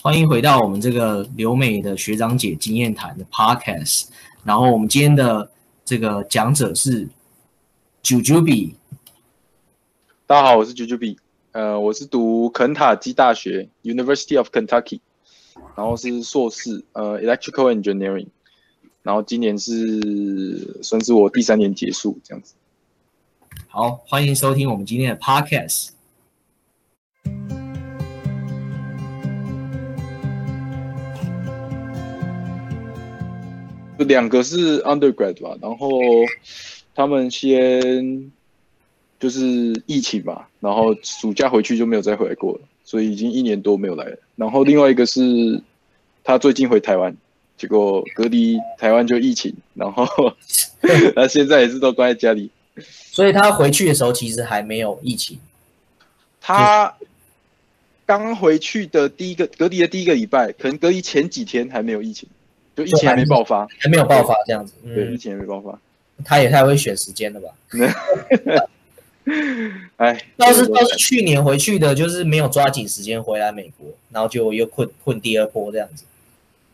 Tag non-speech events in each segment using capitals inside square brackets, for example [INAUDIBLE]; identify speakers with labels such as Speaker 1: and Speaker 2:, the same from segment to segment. Speaker 1: 欢迎回到我们这个留美的学长姐经验谈的 Podcast。然后我们今天的这个讲者是九九比，
Speaker 2: 大家好，我是 j u j u B，呃，我是读肯塔基大学 University of Kentucky，然后是硕士，呃，Electrical Engineering，然后今年是算是我第三年结束这样子。
Speaker 1: 好，欢迎收听我们今天的 Podcast。
Speaker 2: 两个是 undergrad 吧，然后他们先就是疫情嘛，然后暑假回去就没有再回来过了，所以已经一年多没有来了。然后另外一个是他最近回台湾，结果隔离台湾就疫情，然后 [LAUGHS] 他现在也是都关在家里。
Speaker 1: 所以他回去的时候其实还没有疫情，
Speaker 2: 他刚回去的第一个隔离的第一个礼拜，可能隔离前几天还没有疫情，就疫情还没爆发，
Speaker 1: 还没有爆发这样子。
Speaker 2: 对，疫
Speaker 1: 嗯，
Speaker 2: 情还没爆发。
Speaker 1: 他也太会选时间了吧？
Speaker 2: 哎，
Speaker 1: 倒是倒是去年回去的，就是没有抓紧时间回来美国，然后就又困困第二波这样子。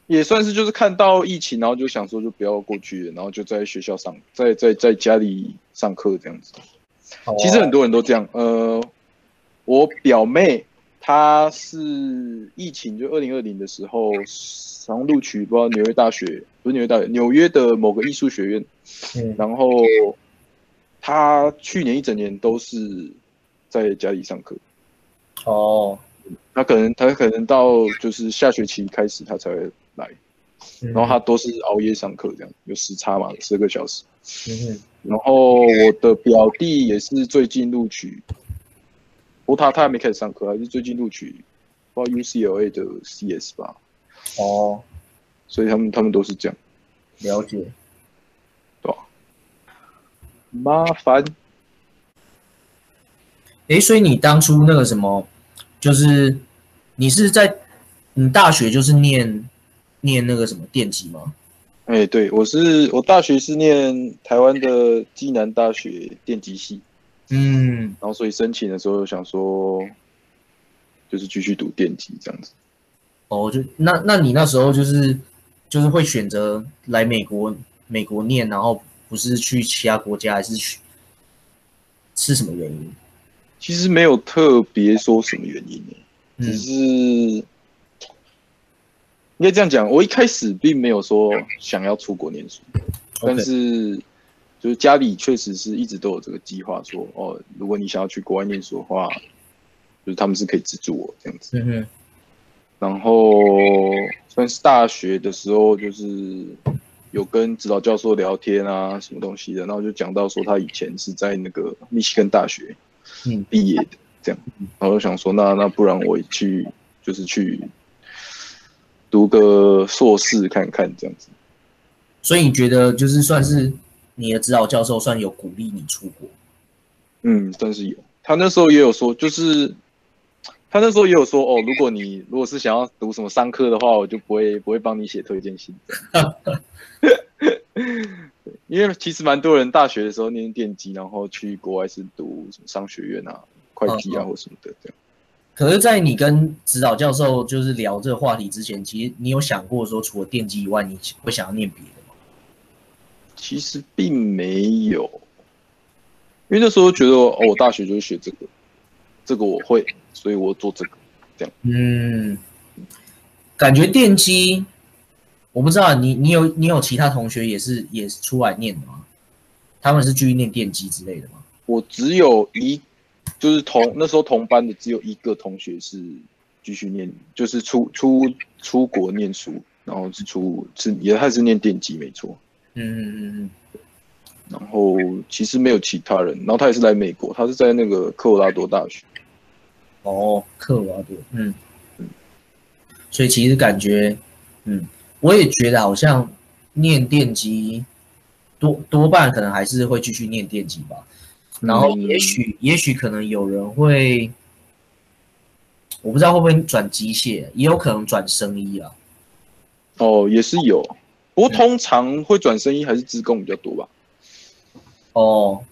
Speaker 2: 也算是就是看到疫情，然后就想说就不要过去了，然后就在学校上，在在在家里上课这样子。
Speaker 1: 好啊
Speaker 2: 其实很多人都这样。呃，我表妹她是疫情就二零二零的时候，常录取不知道纽约大学，不是纽约大学，纽约的某个艺术学院。
Speaker 1: 嗯
Speaker 2: 然后她去年一整年都是在家里上课，嗯
Speaker 1: 哦，
Speaker 2: 她可能她可能到就是下学期开始她才会来。
Speaker 1: 嗯
Speaker 2: 然后他都是熬夜上课，这样有时差嘛，十个小时。
Speaker 1: 嗯
Speaker 2: 然后我的表弟也是最近录取，不过他他还没开始上课，还是最近录取，不知道 UCLA 的 CS 吧，
Speaker 1: 哼哦，
Speaker 2: 所以他们他们都是这样，
Speaker 1: 了解。
Speaker 2: 对吧、麻烦，
Speaker 1: 诶，所以你当初那个什么，就是你是在你大学就是念念那个什么电机吗？
Speaker 2: 哎，对我是我大学是念台湾的暨南大学电机系，
Speaker 1: 嗯，
Speaker 2: 然后所以申请的时候想说，就是继续读电机这样子。
Speaker 1: 哦，就那那你那时候就是就是会选择来美国美国念，然后不是去其他国家，还是去是什么原因？
Speaker 2: 其实没有特别说什么原因、欸，只
Speaker 1: 嗯
Speaker 2: 是应该这样讲，我一开始并没有说想要出国念书，但是就是家里确实是一直都有这个计划，说哦，如果你想要去国外念书的话，就是他们是可以资助我这样子。
Speaker 1: 嗯哼，
Speaker 2: 然后算是大学的时候，就是有跟指导教授聊天啊，什么东西的，然后就讲到说他以前是在那个密西根大学
Speaker 1: 嗯
Speaker 2: 毕业的，这样，然后就想说那那不然我也去就是去读个硕士看看这样子。
Speaker 1: 所以你觉得就是算是你的指导教授算有鼓励你出国？
Speaker 2: 嗯，算是有。他那时候也有说，就是他那时候也有说，哦，如果你如果是想要读什么商科的话，我就不会不会帮你写推荐信。对 [LAUGHS] 因为其实蛮多人大学的时候念电机，然后去国外是读什么商学院啊、会计啊
Speaker 1: 嗯
Speaker 2: 或什么的这样。
Speaker 1: 可是，在你跟指导教授就是聊这个话题之前，其实你有想过说，除了电机以外，你会想要念别的吗？
Speaker 2: 其实并没有，因为那时候觉得哦，我大学就是学这个，这个我会，所以我做这个。
Speaker 1: 嗯，感觉电机，我不知道你你有你有其他同学也是也是出来念的吗？他们是继续念电机之类的吗？
Speaker 2: 我只有一，就是同那时候同班的只有一个同学是继续念，就是出出出国念书，然后是出是也他是念电机没错，
Speaker 1: 嗯嗯嗯
Speaker 2: 然后其实没有其他人，然后他也是来美国，他是在那个科罗拉多大学，
Speaker 1: 嗯，哦，克罗拉多，嗯，所以其实感觉，嗯，我也觉得好像念电机多多半可能还是会继续念电机吧。然后也许也许可能有人会，我不知道会不会转机械，也有可能转生医啊。
Speaker 2: 哦也是有，不过通常会转生意还是职工比较多吧，
Speaker 1: 哦，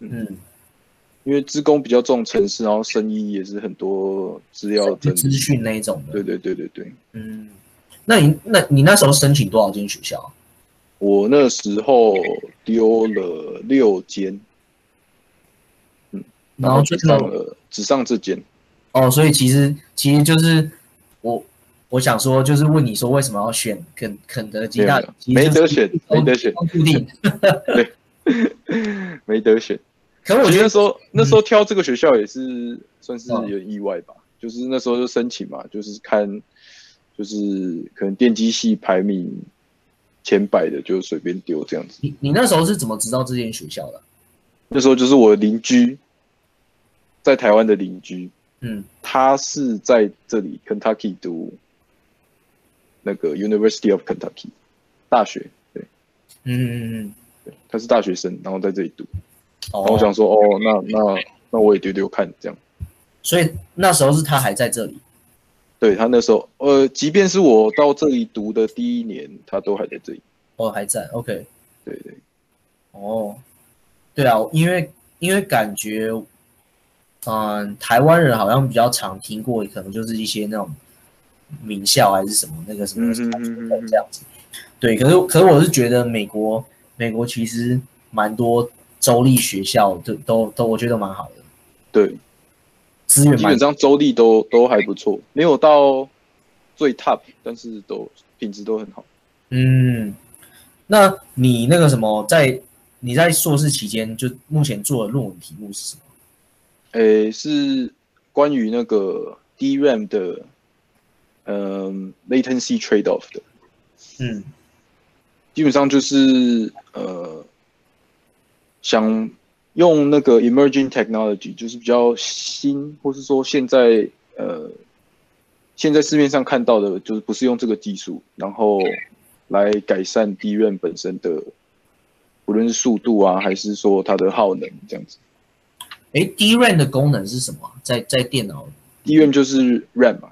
Speaker 2: 嗯
Speaker 1: 嗯，
Speaker 2: 因为职工比较重城市，然后生医也是很多资料整
Speaker 1: 资
Speaker 2: 理。
Speaker 1: 讯那一种的。
Speaker 2: 对对对对对，
Speaker 1: 嗯，那你那你那时候申请多少间学校啊？
Speaker 2: 我那时候丢了六间，
Speaker 1: 然后
Speaker 2: 只
Speaker 1: 最
Speaker 2: 上
Speaker 1: 后
Speaker 2: 了只上这间。
Speaker 1: 哦，所以其实其实就是我我想说，就是问你说为什么要选肯肯德基大？
Speaker 2: 没有没有没得选
Speaker 1: 其实就是
Speaker 2: 没得选
Speaker 1: 固
Speaker 2: [LAUGHS]
Speaker 1: 定。
Speaker 2: 没得选。
Speaker 1: 可我
Speaker 2: 我
Speaker 1: 觉
Speaker 2: 觉
Speaker 1: 得嗯哦
Speaker 2: 得那时候那时候挑这个学校也是算是有意外吧，就是那时候就申请嘛，就是看就是可能电机系排名前百的就随便丢这样子。
Speaker 1: 你你那时候是怎么知道这间学校的？
Speaker 2: 那时候就是我邻居，在台湾的邻居，
Speaker 1: 嗯，
Speaker 2: 他是在这里 Kentucky 读那个 University of Kentucky 大学，对
Speaker 1: 嗯嗯嗯，
Speaker 2: 对，他是大学生，然后在这里读，然后我
Speaker 1: 哦，
Speaker 2: 想说哦，那那那我也丢丢看这样。
Speaker 1: 所以那时候是他还在这里。
Speaker 2: 对他那时候，呃，即便是我到这里读的第一年，他都还在这里。
Speaker 1: 哦，还在，OK，
Speaker 2: 对对，
Speaker 1: 哦，对啊，因为因为感觉，嗯、台湾人好像比较常听过，可能就是一些那种名校还是什么那个什么
Speaker 2: 嗯哼嗯哼嗯哼
Speaker 1: 这样子，对，可是可是我是觉得美国美国其实蛮多州立学校都都都我觉得蛮好的，
Speaker 2: 对，
Speaker 1: 资源
Speaker 2: 基
Speaker 1: 蛮
Speaker 2: 本上州立都都还不错，没有到最 top，但是都品质都很好。
Speaker 1: 嗯，那你那个什么在你在硕士期间就目前做的论文题目是什么？
Speaker 2: 诶，是关于那个 DRAM 的，嗯、latency trade off 的，
Speaker 1: 嗯
Speaker 2: 基本上就是呃，想用那个 emerging technology，就是比较新，或是说现在呃，现在市面上看到的，就是不是用这个技术，然后来改善 DRAM 本身的，无论是速度啊，还是说它的耗能这样子。
Speaker 1: 诶 d r a m 的功能是什么啊？在在电脑，
Speaker 2: DRAM 就是 RAM 嘛，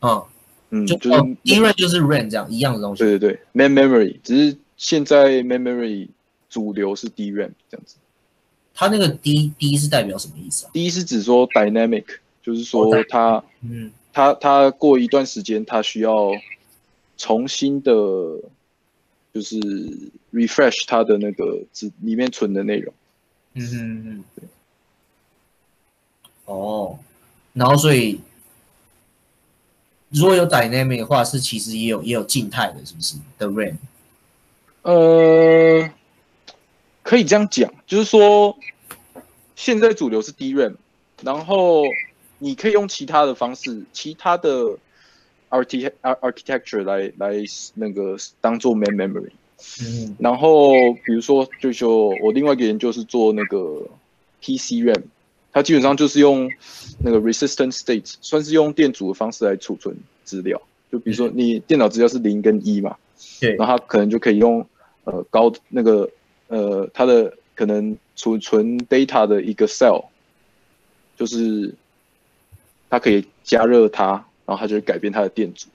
Speaker 1: 嗯，
Speaker 2: 嗯，
Speaker 1: 就
Speaker 2: 就是
Speaker 1: 哦 d r a m 就是 RAM 这样一样的东西。
Speaker 2: 对对对，main memory，只是现在 main memory 主流是 DRAM 这样子。
Speaker 1: 它那个 D D 是代表什么意思啊？
Speaker 2: 第一是指说 dynamic，就是
Speaker 1: 哦
Speaker 2: 说
Speaker 1: ，dynamic
Speaker 2: 它
Speaker 1: 嗯
Speaker 2: 它它过一段时间它需要重新的，就是 refresh 它的那个只里面存的内容。
Speaker 1: 嗯嗯嗯，对。哦，然后所以如果有 dynamic 的话，是其实也有也有静态的，是不是的 RAM？
Speaker 2: 呃，可以这样讲，就是说现在主流是 DRAM，然后你可以用其他的方式，其他的 archi architecture 来来那个当做 main memory。
Speaker 1: 嗯
Speaker 2: 然后比如说，就说我另外一个研究是做那个 PC RAM，它基本上就是用那个 resistant state，算是用电阻的方式来储存资料。就比如说你电脑资料是零跟一嘛，
Speaker 1: 对
Speaker 2: 然后它可能就可以用呃高那个呃它的可能储存 data 的一个 cell，就是它可以加热它，然后它就会改变它的电阻。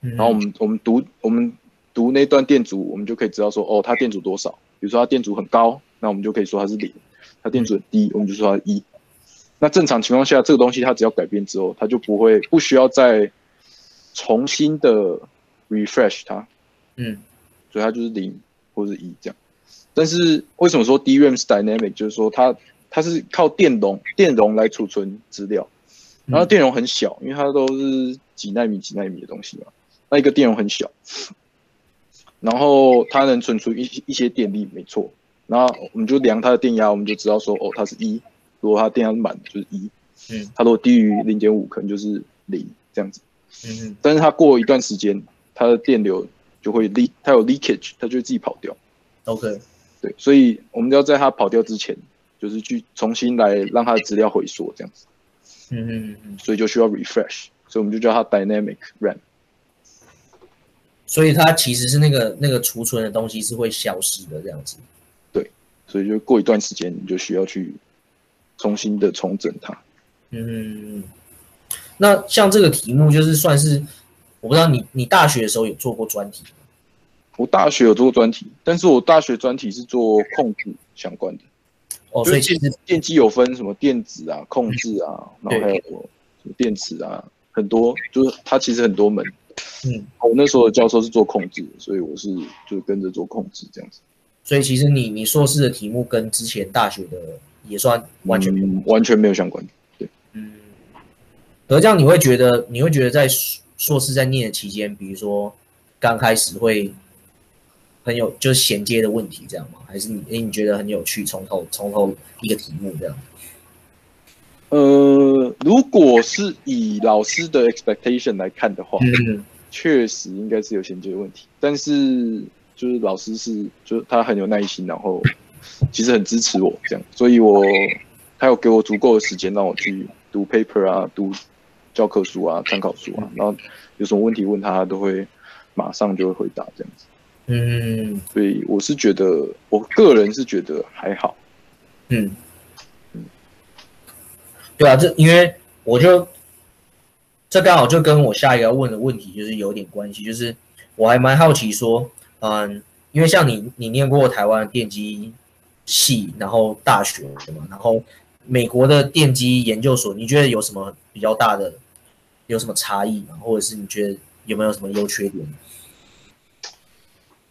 Speaker 1: 然
Speaker 2: 然后我们我们读我们读那段电阻，我们就可以知道说，哦，它电阻多少。比如说它电阻很高，那我们就可以说它是零；它电阻很低，我们就说它一。那正常情况下，这个东西它只要改变之后，它就不会不需要再重新的 refresh 它，
Speaker 1: 嗯
Speaker 2: 所以它就是零或是一这样。但是为什么说 DRAM 是 dynamic？就是说它它是靠电容电容来储存资料，然后电容很小，因为它都是几纳米几纳米的东西嘛，那一个电容很小，然后它能存储一一些电力，没错。然后我们就量它的电压，我们就知道说，哦，它是一。如果它电压是满，就是一。
Speaker 1: 嗯，
Speaker 2: 它如果低于零点五，可能就是零这样子。
Speaker 1: 嗯嗯
Speaker 2: 但是它过一段时间，它的电流就会 leak，它有 leakage，它就会自己跑掉。
Speaker 1: ，OK，
Speaker 2: 对，所以我们要在它跑掉之前，就是去重新来让它的资料回缩这样子。
Speaker 1: 嗯嗯嗯嗯，
Speaker 2: 所以就需要 refresh，所以我们就叫它 dynamic RAM。
Speaker 1: 所以它其实是那个那个储存的东西是会消失的这样子。
Speaker 2: 所以就过一段时间，你就需要去重新的重整它。
Speaker 1: 嗯，那像这个题目就是算是，我不知道你你大学的时候有做过专题吗
Speaker 2: 我大学有做专题，但是我大学专题是做控制相关的，
Speaker 1: 哦，所以其实
Speaker 2: 电机有分什么电子啊、控制啊，然
Speaker 1: 嗯对
Speaker 2: 后还有什么电池啊，很多就是它其实很多门。哦
Speaker 1: 嗯，
Speaker 2: 我那时候的教授是做控制的，所以我是就跟着做控制这样子，
Speaker 1: 所以其实你你硕士的题目跟之前大学的也算完全没有关系
Speaker 2: 嗯完全没有相关。
Speaker 1: 嗯，而这样你会觉得，你会觉得在硕硕士在念的期间，比如说刚开始会很有就是衔接的问题这样吗？还是你诶你觉得很有趣，从头从头一个题目这样？
Speaker 2: 呃，如果是以老师的 expectation 来看的话，
Speaker 1: 嗯，
Speaker 2: 确实应该是有衔接的问题，但是就是老师是就是他很有耐心，然后其实很支持我这样，所以我他有给我足够的时间让我去读 paper 啊，读教科书啊、参考书啊，然后有什么问题问他他都会马上就会回答这样子，
Speaker 1: 嗯
Speaker 2: 所以我是觉得我个人是觉得还好，
Speaker 1: 嗯，对啊，这因为我就这刚好就跟我下一个要问的问题就是有点关系，就是我还蛮好奇说，嗯，因为像你你念过台湾的电机系，然后大学嘛，然后美国的电机研究所，你觉得有什么比较大的有什么差异吗？或者是你觉得有没有什么优缺点？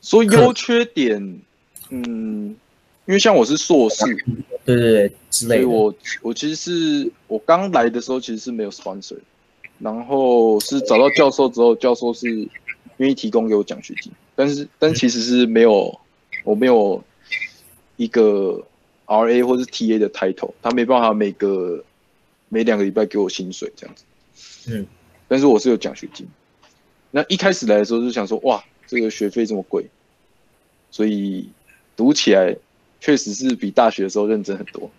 Speaker 2: 所以优缺点，嗯，因为像我是硕士，
Speaker 1: 对对对，之
Speaker 2: 所
Speaker 1: 类
Speaker 2: 以
Speaker 1: 的。
Speaker 2: 我我其实是我刚来的时候其实是没有 sponsor，然后是找到教授之后，教授是愿意提供给我奖学金，但
Speaker 1: 嗯
Speaker 2: 是但其实是没有我没有一个 RA 或是 TA 的 title，他没办法每个每两个礼拜给我薪水这样子。
Speaker 1: 嗯，
Speaker 2: 但是我是有奖学金。那一开始来的时候就想说，哇，这个学费这么贵，所以读起来确实是比大学的时候认真很多。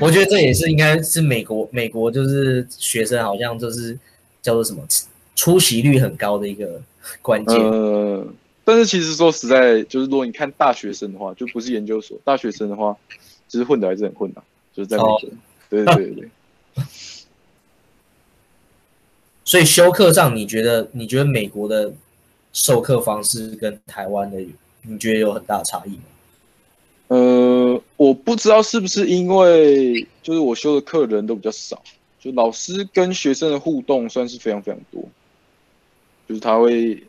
Speaker 1: 我觉得这也是应该是美国美国就是学生好像就是叫做什么出席率很高的一个关键。
Speaker 2: 呃，但是其实说实在，就是如果你看大学生的话，就不是研究所，大学生的话，其实混的还是很混的、啊就是在美国。对对对对，
Speaker 1: 所以修课上，你觉得你觉得美国的授课方式跟台湾的，你觉得有很大差异吗？
Speaker 2: 呃，我不知道是不是因为就是我修的课人都比较少，就老师跟学生的互动算是非常非常多，就是他会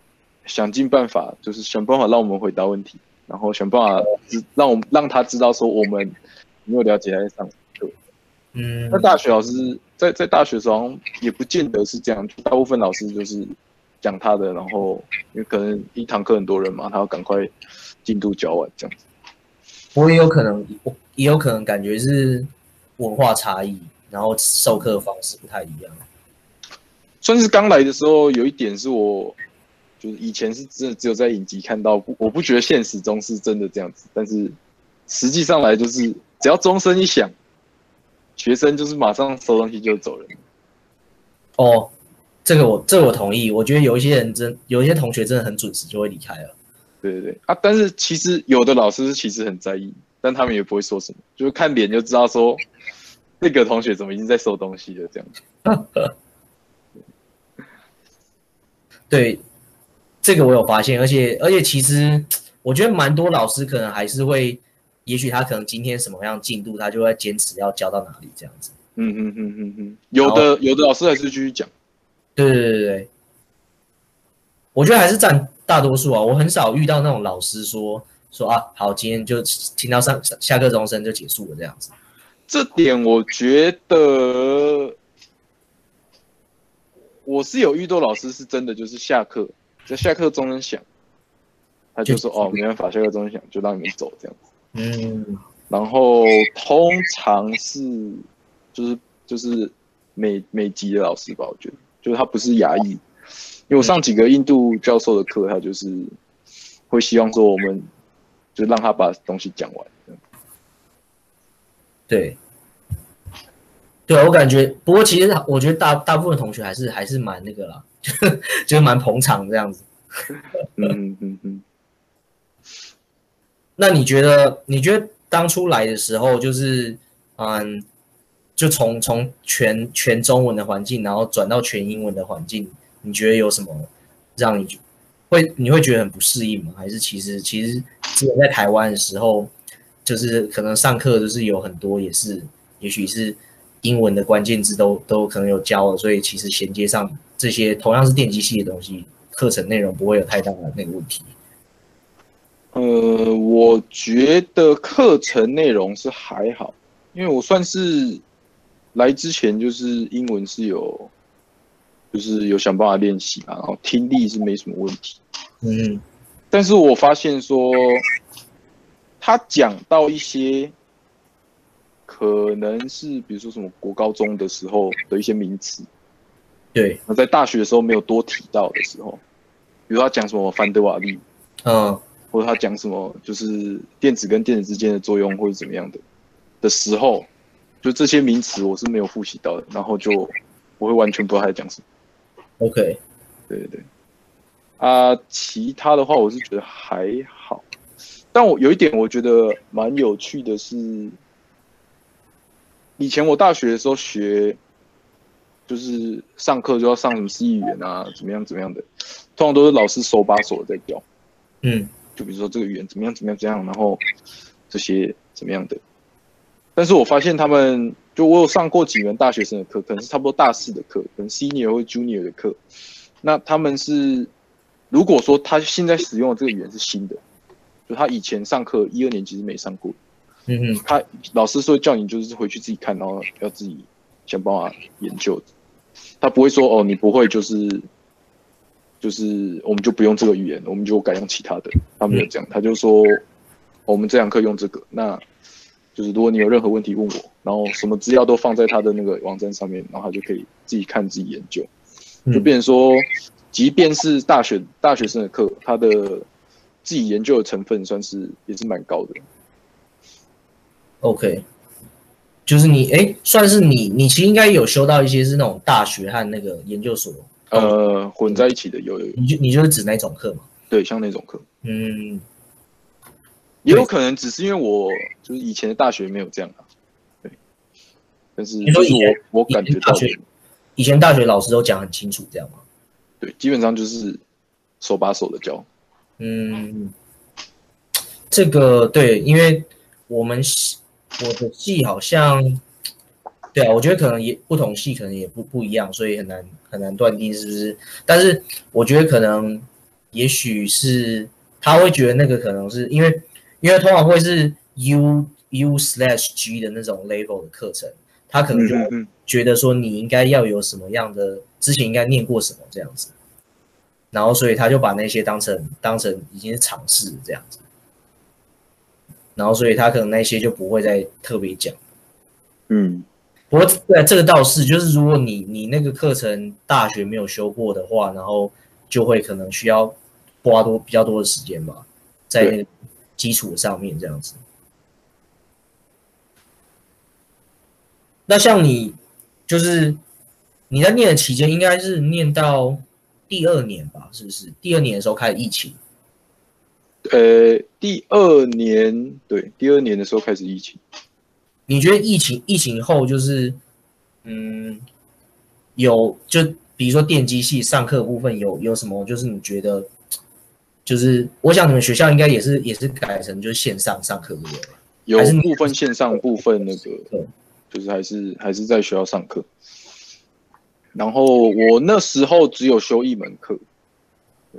Speaker 2: 想尽办法，就是想办法让我们回答问题，然后想办法知让我们让他知道说我们没有了解他在上什么课。
Speaker 1: 嗯，
Speaker 2: 那大学老师在在大学的时候好像也不见得是这样，就大部分老师就是讲他的，然后因为可能一堂课很多人嘛，他要赶快进度教完这样子。
Speaker 1: 不过也有可能，也有可能感觉是文化差异，然后授课方式不太一样。
Speaker 2: 算是刚来的时候，有一点是我就是以前是真的只有在影集看到，不我不觉得现实中是真的这样子，但是实际上来就是只要钟声一响，学生就是马上收东西就走人。
Speaker 1: 哦，这个我这个我同意，我觉得有一些人真有一些同学真的很准时就会离开了。
Speaker 2: 对对对啊！但是其实有的老师其实很在意，但他们也不会说什么，就是看脸就知道说那个同学怎么已经在收东西了这样子。
Speaker 1: 对，这个我有发现，而且而且其实我觉得蛮多老师可能还是会，也许他可能今天什么样进度，他就会坚持要教到哪里这样子。
Speaker 2: 嗯嗯嗯嗯嗯，有的有的老师还是继续讲，
Speaker 1: 对对对对对，我觉得还是占大多数啊，我很少遇到那种老师说说啊，好，今天就听到上下下课钟声就结束了这样子。
Speaker 2: 这点我觉得我是有遇到老师是真的就是下课，在下课钟声响，他就说
Speaker 1: 就
Speaker 2: 哦没办法，下课钟声响就让你们走这样子。
Speaker 1: 嗯，
Speaker 2: 然后通常是就是就是美美籍的老师吧，我觉得就是他不是牙医，因为我上几个印度教授的课，他就是会希望说我们就让他把东西讲完。这样
Speaker 1: 对。对啊，我感觉，不过其实我觉得大大部分同学还是还是蛮那个啦， [LAUGHS] 就是蛮捧场这样子。
Speaker 2: 嗯嗯嗯嗯，
Speaker 1: 那你觉得？你觉得当初来的时候，就是嗯，就从从全全中文的环境，然后转到全英文的环境，你觉得有什么让你觉会你会觉得很不适应吗？还是其实其实之前在台湾的时候，就是可能上课就是有很多也是，也许是英文的关键字都都可能有教了，所以其实衔接上这些同样是电机系的东西，课程内容不会有太大的那个问题。
Speaker 2: 呃，我觉得课程内容是还好，因为我算是来之前就是英文是有，就是有想办法练习啊，然后听力是没什么问题。
Speaker 1: 嗯
Speaker 2: 但是我发现说，他讲到一些可能是比如说什么国高中的时候的一些名词，
Speaker 1: 对，
Speaker 2: 那在大学的时候没有多提到的时候，比如他讲什么范德瓦利，
Speaker 1: 嗯
Speaker 2: 或者他讲什么就是电子跟电子之间的作用或者怎么样的的时候，就这些名词我是没有复习到的，然后就我会完全不知道他在讲什么。
Speaker 1: ，OK，
Speaker 2: 对对对，啊，其他的话我是觉得还好，但我有一点我觉得蛮有趣的是，以前我大学的时候学，就是上课就要上什么 C 语言啊，怎么样怎么样的，通常都是老师手把手的在教。
Speaker 1: 嗯
Speaker 2: 就比如说这个语言怎么样怎么样怎么样，然后这些怎么样的。但是我发现他们，就我有上过几门大学生的课，可能是差不多大四的课，可能 senior 或 junior 的课。那他们是，如果说他现在使用的这个语言是新的，就他以前上课一二年级是没上过，
Speaker 1: 嗯嗯
Speaker 2: 他老师说叫你就是回去自己看，然后要自己想办法研究。他不会说哦，你不会就是就是我们就不用这个语言，我们就改用其他的。他没有这样，他就说、哦我们这堂课用这个，那就是如果你有任何问题问我，然后什么资料都放在他的那个网站上面，然后他就可以自己看自己研究。就
Speaker 1: 嗯，
Speaker 2: 变成说，即便是大学大学生的课，他的自己研究的成分算是也是蛮高的。
Speaker 1: OK，就是你哎，算是你你其实应该有修到一些是那种大学和那个研究所，
Speaker 2: 呃，混在一起的有有有，
Speaker 1: 你就你就是指哪种课嘛？
Speaker 2: 对，像那种课，
Speaker 1: 嗯
Speaker 2: 也有可能只是因为我就是以前的大学没有这样啊，对，但是
Speaker 1: 你
Speaker 2: 就
Speaker 1: 说
Speaker 2: 是
Speaker 1: 以前
Speaker 2: 我我感觉
Speaker 1: 以前
Speaker 2: 到
Speaker 1: 大学以前大学老师都讲很清楚，这样吗？
Speaker 2: 对，基本上就是手把手的教，
Speaker 1: 嗯，这个对，因为我们系我的系好像，对啊，我觉得可能也不同系可能也不不一样，所以很难很难断定是不是。但是我觉得可能也许是他会觉得那个可能是因为因为通常会是 U U slash G 的那种 level 的课程，他可能就
Speaker 2: 嗯嗯，
Speaker 1: 觉得说你应该要有什么样的，之前应该念过什么这样子，然后所以他就把那些当成当成已经是尝试这样子，然后所以他可能那些就不会再特别讲。
Speaker 2: 嗯
Speaker 1: 不过对这个倒是，就是如果你你那个课程大学没有修过的话，然后就会可能需要花多比较多的时间吧，在那个基础上面这样子。那像你就是你在念的期间，应该是念到第二年吧？是不是？第二年的时候开始疫情，
Speaker 2: 呃，第二年对，第二年的时候开始疫情，
Speaker 1: 你觉得疫情疫情后就是，嗯，有就比如说电机系上课部分有有什么，就是你觉得，就是我想你们学校应该也是也是改成就是线上上课对不对？
Speaker 2: 有
Speaker 1: 还是你嗯
Speaker 2: 部分线上，部分那个
Speaker 1: 对
Speaker 2: 就是还是还是在学校上课，然后我那时候只有修一门课，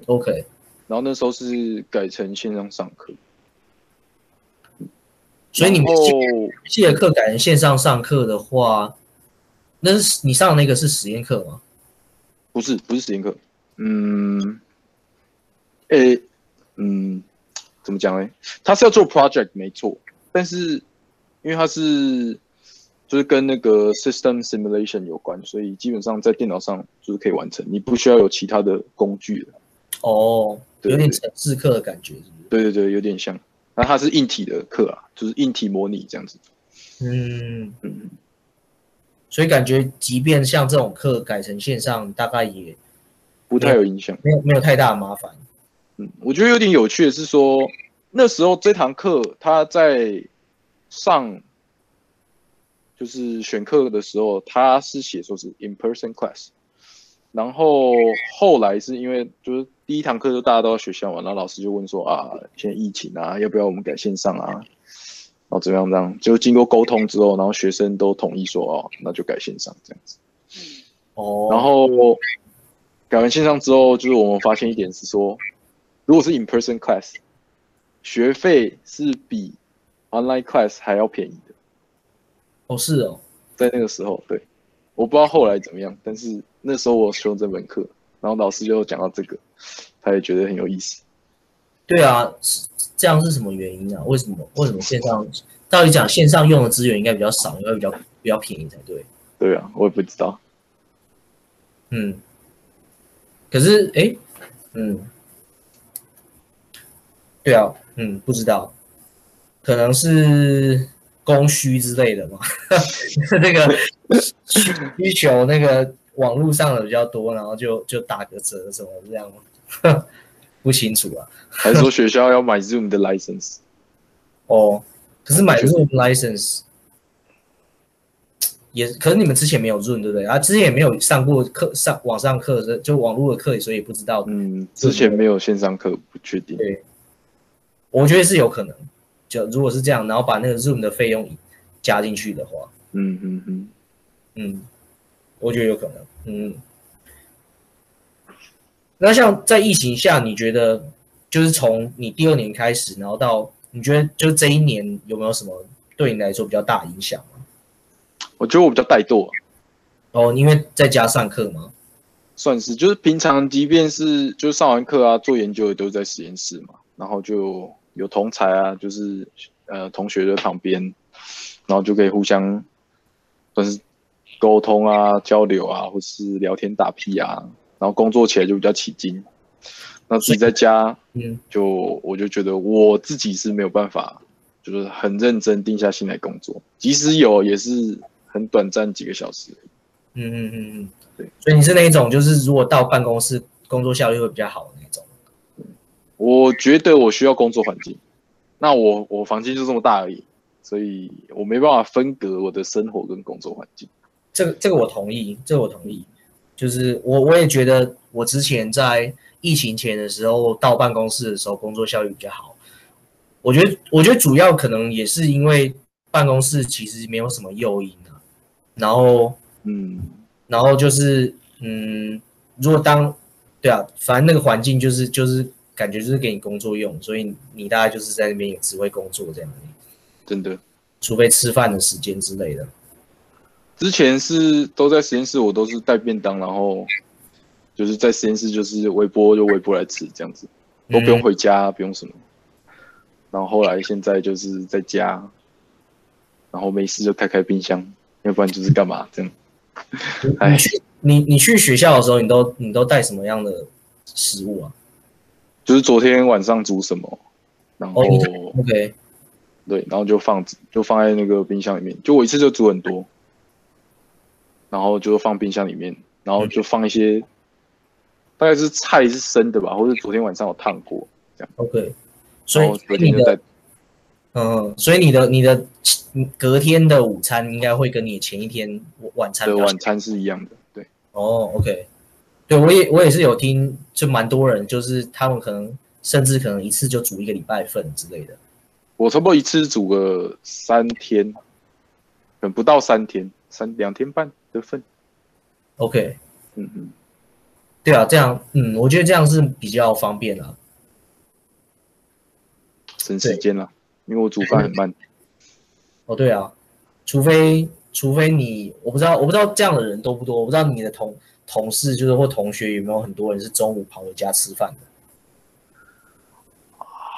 Speaker 1: ，OK，
Speaker 2: 然后那时候是改成线上上课，
Speaker 1: 所以你们
Speaker 2: 然
Speaker 1: 系
Speaker 2: 后
Speaker 1: 系的课改成线上上课的话，那是你上的那个是实验课吗？
Speaker 2: 不是不是实验课，嗯，诶、嗯，怎么讲呢？他是要做 project 没错，但是因为它是就是跟那个 system simulation 有关，所以基本上在电脑上就是可以完成，你不需要有其他的工具了。
Speaker 1: 哦，
Speaker 2: 对
Speaker 1: 有点
Speaker 2: 对
Speaker 1: 程式课的感觉是不
Speaker 2: 对对对，有点像。那它是硬体的课啊，就是硬体模拟这样子。
Speaker 1: 是？嗯，
Speaker 2: 嗯，
Speaker 1: 所以感觉即便像这种课改成线上，大概也
Speaker 2: 不太有影响。
Speaker 1: 没有没有太大的麻烦。
Speaker 2: 嗯，我觉得有点有趣的是说，那时候这堂课他在上就是选课的时候，他是写说是 in person class，然后后来是因为就是第一堂课就大家都到学校嘛，然后老师就问说啊，现在疫情啊，要不要我们改线上啊？然后怎么样这样，就经过沟通之后，然后学生都同意说哦，那就改线上这样子。
Speaker 1: 哦，
Speaker 2: 然后改完线上之后，就是我们发现一点是说，如果是 in person class，学费是比 online class 还要便宜的。
Speaker 1: 哦是哦，
Speaker 2: 在那个时候，对，我不知道后来怎么样，但是那时候我修这门课，然后老师就讲到这个，他也觉得很有意思。
Speaker 1: 对啊，是这样是什么原因啊？为什么为什么线上？照理讲，线上用的资源应该比较少，应该比较比较便宜才对。
Speaker 2: 对啊，我也不知道，
Speaker 1: 嗯，可是诶，嗯，对啊，嗯，不知道，可能是供需之类的嘛， [LAUGHS] 那个需需求那个网络上的比较多，然后就就打个折什么这样吗， [LAUGHS] 不清楚啊。
Speaker 2: 还是说学校要买 Zoom 的 license？
Speaker 1: 哦，可是买 Zoom license 也，可是你们之前没有 Zoom 对不对？啊，之前也没有上过课，上网上课的，就网络的课，所以也不知道。
Speaker 2: 嗯，之前没有线上课，不确定。
Speaker 1: 对，我觉得是有可能。就如果是这样，然后把那个 Zoom 的费用加进去的话，
Speaker 2: 嗯嗯嗯，
Speaker 1: 嗯，我觉得有可能。嗯，那像在疫情下，你觉得就是从你第二年开始，然后到你觉得就这一年有没有什么对你来说比较大影响吗？
Speaker 2: 我觉得我比较怠惰、啊
Speaker 1: 哦，因为在家上课吗？
Speaker 2: 算是，就是平常即便是就上完课啊，做研究也都在实验室嘛，然后就有同才啊，就是呃同学的旁边，然后就可以互相算是沟通啊、交流啊，或是聊天打屁啊，然后工作起来就比较起劲。那自己在家
Speaker 1: 嗯，
Speaker 2: 就我就觉得我自己是没有办法，就是很认真定下心来工作，即使有也是很短暂几个小时而已。
Speaker 1: 嗯嗯嗯嗯，
Speaker 2: 对。
Speaker 1: 所以你是那一种，就是如果到办公室，工作效率会比较好的那种。
Speaker 2: 我觉得我需要工作环境，那我我房间就这么大而已，所以我没办法分隔我的生活跟工作环境。
Speaker 1: 这个这个我同意，这个我同意。就是我我也觉得，我之前在疫情前的时候到办公室的时候，工作效率比较好。我觉得我觉得主要可能也是因为办公室其实没有什么诱因啊，然后
Speaker 2: 嗯，
Speaker 1: 然后就是嗯，如果当对啊，反正那个环境就是就是感觉就是给你工作用，所以你大概就是在那边也只会工作这样而已，
Speaker 2: 真的，
Speaker 1: 除非吃饭的时间之类的。
Speaker 2: 之前是都在实验室，我都是带便当，然后就是在实验室就是微波就微波来吃这样子，
Speaker 1: 嗯
Speaker 2: 都不用回家，不用什么。然后后来现在就是在家，然后没事就开开冰箱，要不然就是干嘛这样。哎
Speaker 1: 你去你你去学校的时候，你都你都带什么样的食物啊
Speaker 2: 就是昨天晚上煮什么，然后。
Speaker 1: 哦你？OK，
Speaker 2: 对，然后就放就放在那个冰箱里面，就我一次就煮很多，然后就放冰箱里面，然后就放一些，大概是菜是生的吧，或者昨天晚上有烫过，
Speaker 1: OK，所
Speaker 2: 然后
Speaker 1: 以
Speaker 2: 昨
Speaker 1: 你
Speaker 2: 天就
Speaker 1: 的
Speaker 2: 在
Speaker 1: 嗯，所以你的你的嗯隔天的午餐应该会跟你前一天晚晚餐
Speaker 2: 的
Speaker 1: 比较
Speaker 2: 晚餐是一样的，对，
Speaker 1: 哦，OK，对我也我也是有听，就蛮多人就是他们可能甚至可能一次就煮一个礼拜份之类的。
Speaker 2: 我差不多一次煮个三天，可能不到三天，三两天半的份，
Speaker 1: OK，
Speaker 2: 嗯嗯，
Speaker 1: 对啊，这样嗯，我觉得这样是比较方便啊。
Speaker 2: 省时间啦，因为我煮饭很慢，
Speaker 1: 哦，对啊，除非除非你，我不知道我不知道这样的人多不多，我不知道你的同同事就是或同学有没有很多人是中午跑回家吃饭的。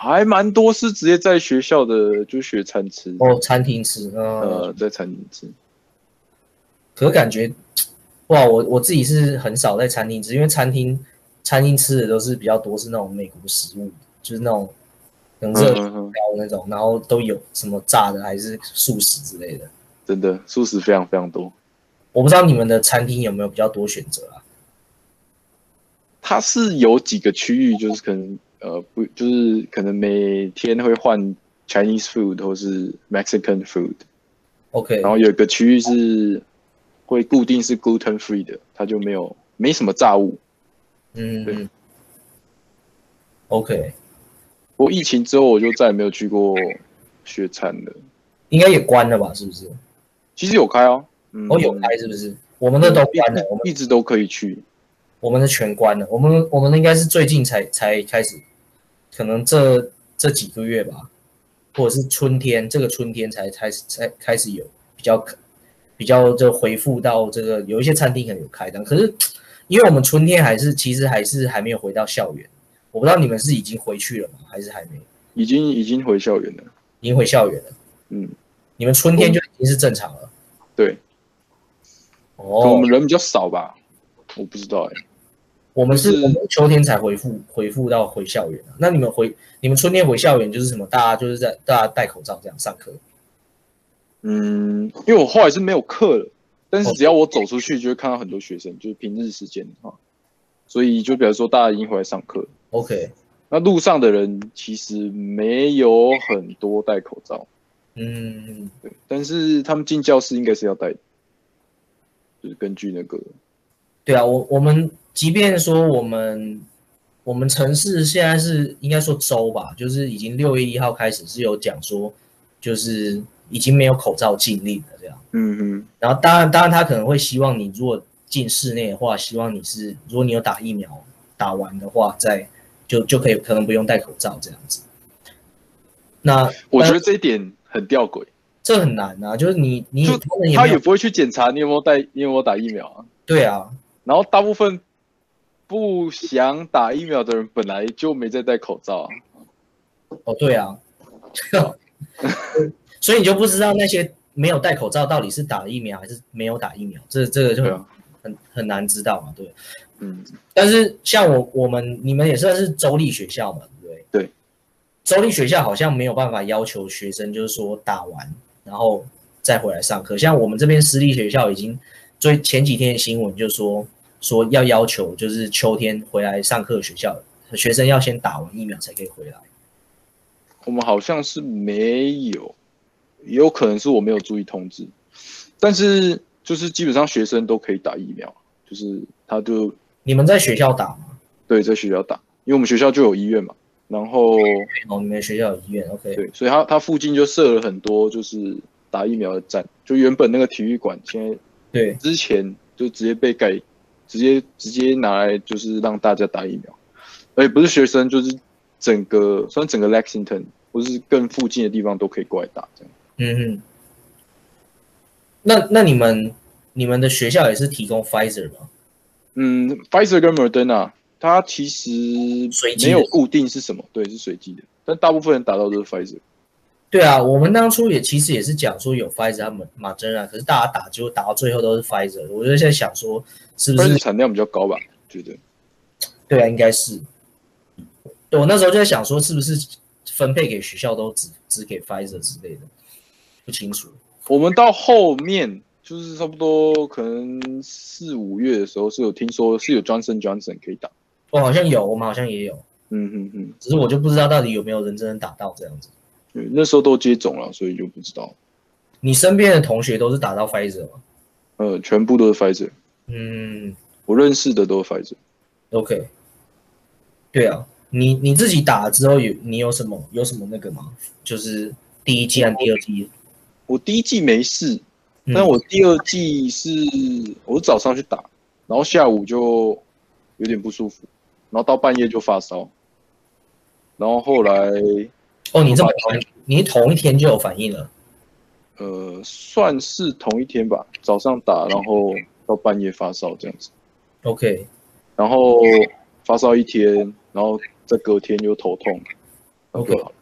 Speaker 2: 还蛮多是直接在学校的就学餐吃，
Speaker 1: 哦，餐厅吃，呃，
Speaker 2: 呃，在餐厅吃，
Speaker 1: 可是感觉，哇，我我自己是很少在餐厅吃，因为餐厅餐厅吃的都是比较多是那种美国食物，就是那种能热
Speaker 2: 嗯嗯
Speaker 1: 料
Speaker 2: 嗯
Speaker 1: 那种，然后都有什么炸的还是素食之类的。
Speaker 2: 真的素食非常非常多。
Speaker 1: 我不知道你们的餐厅有没有比较多选择啊？
Speaker 2: 它是有几个区域，就是可能呃不，就是可能每天会换 Chinese food 或是 Mexican food，
Speaker 1: OK，
Speaker 2: 然后有一个区域是会固定是 gluten free 的，它就没有没什么炸物。
Speaker 1: 嗯
Speaker 2: 对
Speaker 1: 嗯，OK，
Speaker 2: 不过疫情之后我就再也没有去过雪餐了，
Speaker 1: 应该也关了吧？是不是？
Speaker 2: 嗯其实有开哦，嗯，
Speaker 1: 哦，有开是不是？我们的都关了，我们
Speaker 2: 一直都可以去，
Speaker 1: 我们的全关了，我们我们的应该是最近才才开始，可能这这几个月吧，或者是春天这个春天才开始才开始有比较比较就回复到这个有一些餐厅可能有开张，可是因为我们春天还是其实还是还没有回到校园，我不知道你们是已经回去了吗？还是还没有？
Speaker 2: 已经已经回校园了，
Speaker 1: 已经回校园了，
Speaker 2: 嗯，
Speaker 1: 你们春天就已经是正常了
Speaker 2: 对，可能我
Speaker 1: 哦。
Speaker 2: 们人比较少吧，我不知道哎、
Speaker 1: 我们是
Speaker 2: 就是
Speaker 1: 我们秋天才回复回复到回校园啊。那你们回你们春天回校园就是什么？大家就是在大家戴口罩这样上课。
Speaker 2: 嗯，哦因为我后来是没有课了，但是只要我走出去，就会看到很多学生，就是平日时间啊，所以就比如说大家已经回来上课了，
Speaker 1: OK，
Speaker 2: 那路上的人其实没有很多戴口罩，
Speaker 1: 嗯，
Speaker 2: 对，但是他们进教室应该是要戴的，就是根据那个，
Speaker 1: 对啊，我我们即便说我们我们城市现在是应该说州吧，就是已经六月一号开始是有讲说，就是已经没有口罩禁令了这样。
Speaker 2: 嗯哼，
Speaker 1: 然后当然，当然他可能会希望你，如果进室内的话，希望你是如果你有打疫苗打完的话，再就就可以可能不用戴口罩这样子。那
Speaker 2: 我觉
Speaker 1: 但
Speaker 2: 得这一点很吊诡，
Speaker 1: 这很难啊，就是你你
Speaker 2: 就
Speaker 1: 他们也
Speaker 2: 他
Speaker 1: 没
Speaker 2: 呃也
Speaker 1: 有
Speaker 2: 不会去检查你有没有带，你有没有打疫苗啊，
Speaker 1: 对啊，
Speaker 2: 然后大部分不想打疫苗的人本来就没在戴口罩啊、
Speaker 1: 哦对
Speaker 2: [LAUGHS]
Speaker 1: 啊，所以你就不知道那些没有戴口罩到底是打了疫苗还是没有打疫苗，这这个就
Speaker 2: 对
Speaker 1: 很、
Speaker 2: 啊，
Speaker 1: 很很难知道啊嘛，对。
Speaker 2: 嗯，
Speaker 1: 但是像我我们你们也算是州立学校嘛，对不对？
Speaker 2: 对。
Speaker 1: 州立学校好像没有办法要求学生就是说打完然后再回来上课，像我们这边私立学校已经最前几天的新闻就说说要要求就是秋天回来上课的学校学生要先打完疫苗才可以回来。
Speaker 2: 我们好像是没有，也有可能是我没有注意通知，但是就是基本上学生都可以打疫苗，就是他就
Speaker 1: 你们在学校打吗？
Speaker 2: 对在学校打，因为我们学校就有医院嘛，然后
Speaker 1: 哦，你们学校有医院，OK。
Speaker 2: 对，所以他他附近就设了很多就是打疫苗的站，就原本那个体育馆现在
Speaker 1: 对，
Speaker 2: 之前就直接被改，直接直接拿来就是让大家打疫苗，而且不是学生，就是整个算整个 Lexington 或是更附近的地方都可以过来打这样。
Speaker 1: 嗯哼。那那你们你们的学校也是提供 Pfizer 吗？
Speaker 2: 嗯，Pfizer 跟 Moderna 它其实
Speaker 1: 随机的
Speaker 2: 没有固定是什么，对，是随机的，但大部分人打到都是 Pfizer。
Speaker 1: 对啊，我们当初也其实也是讲说有 Pfizer 和马珍啊，可是大家打就打到最后都是 Pfizer，我就在想说是不
Speaker 2: Pfizer
Speaker 1: 是？
Speaker 2: 产量比较高吧，觉得
Speaker 1: 对啊，应该是。对我那时候就在想说，是不是分配给学校都只只给 Pfizer 之类的，不清楚。
Speaker 2: 我们到后面。就是差不多可能四五月的时候是有听说是有 Johnson Johnson 可以打，
Speaker 1: 我哦好像有，我们好像也有，
Speaker 2: 嗯嗯嗯，
Speaker 1: 只是我就不知道到底有没有人真的打到这样子。
Speaker 2: 对那时候都接种了，所以就不知道。
Speaker 1: 你身边的同学都是打到 Pfizer 吗？
Speaker 2: 呃，全部都是 Pfizer，
Speaker 1: 嗯
Speaker 2: 我认识的都是 Pfizer。
Speaker 1: ，OK。对啊，你你自己打了之后有你有什么有什么那个吗？就是第一季和第二季。
Speaker 2: 我第一季没事，
Speaker 1: 嗯
Speaker 2: 但我第二季是我是早上去打，然后下午就有点不舒服，然后到半夜就发烧，然后后来
Speaker 1: 哦，你这么快，你同一天就有反应了。
Speaker 2: 呃算是同一天吧，早上打，然后到半夜发烧这样子，
Speaker 1: OK，
Speaker 2: 然后发烧一天，然后再隔天又头痛，然后就
Speaker 1: OK
Speaker 2: 好了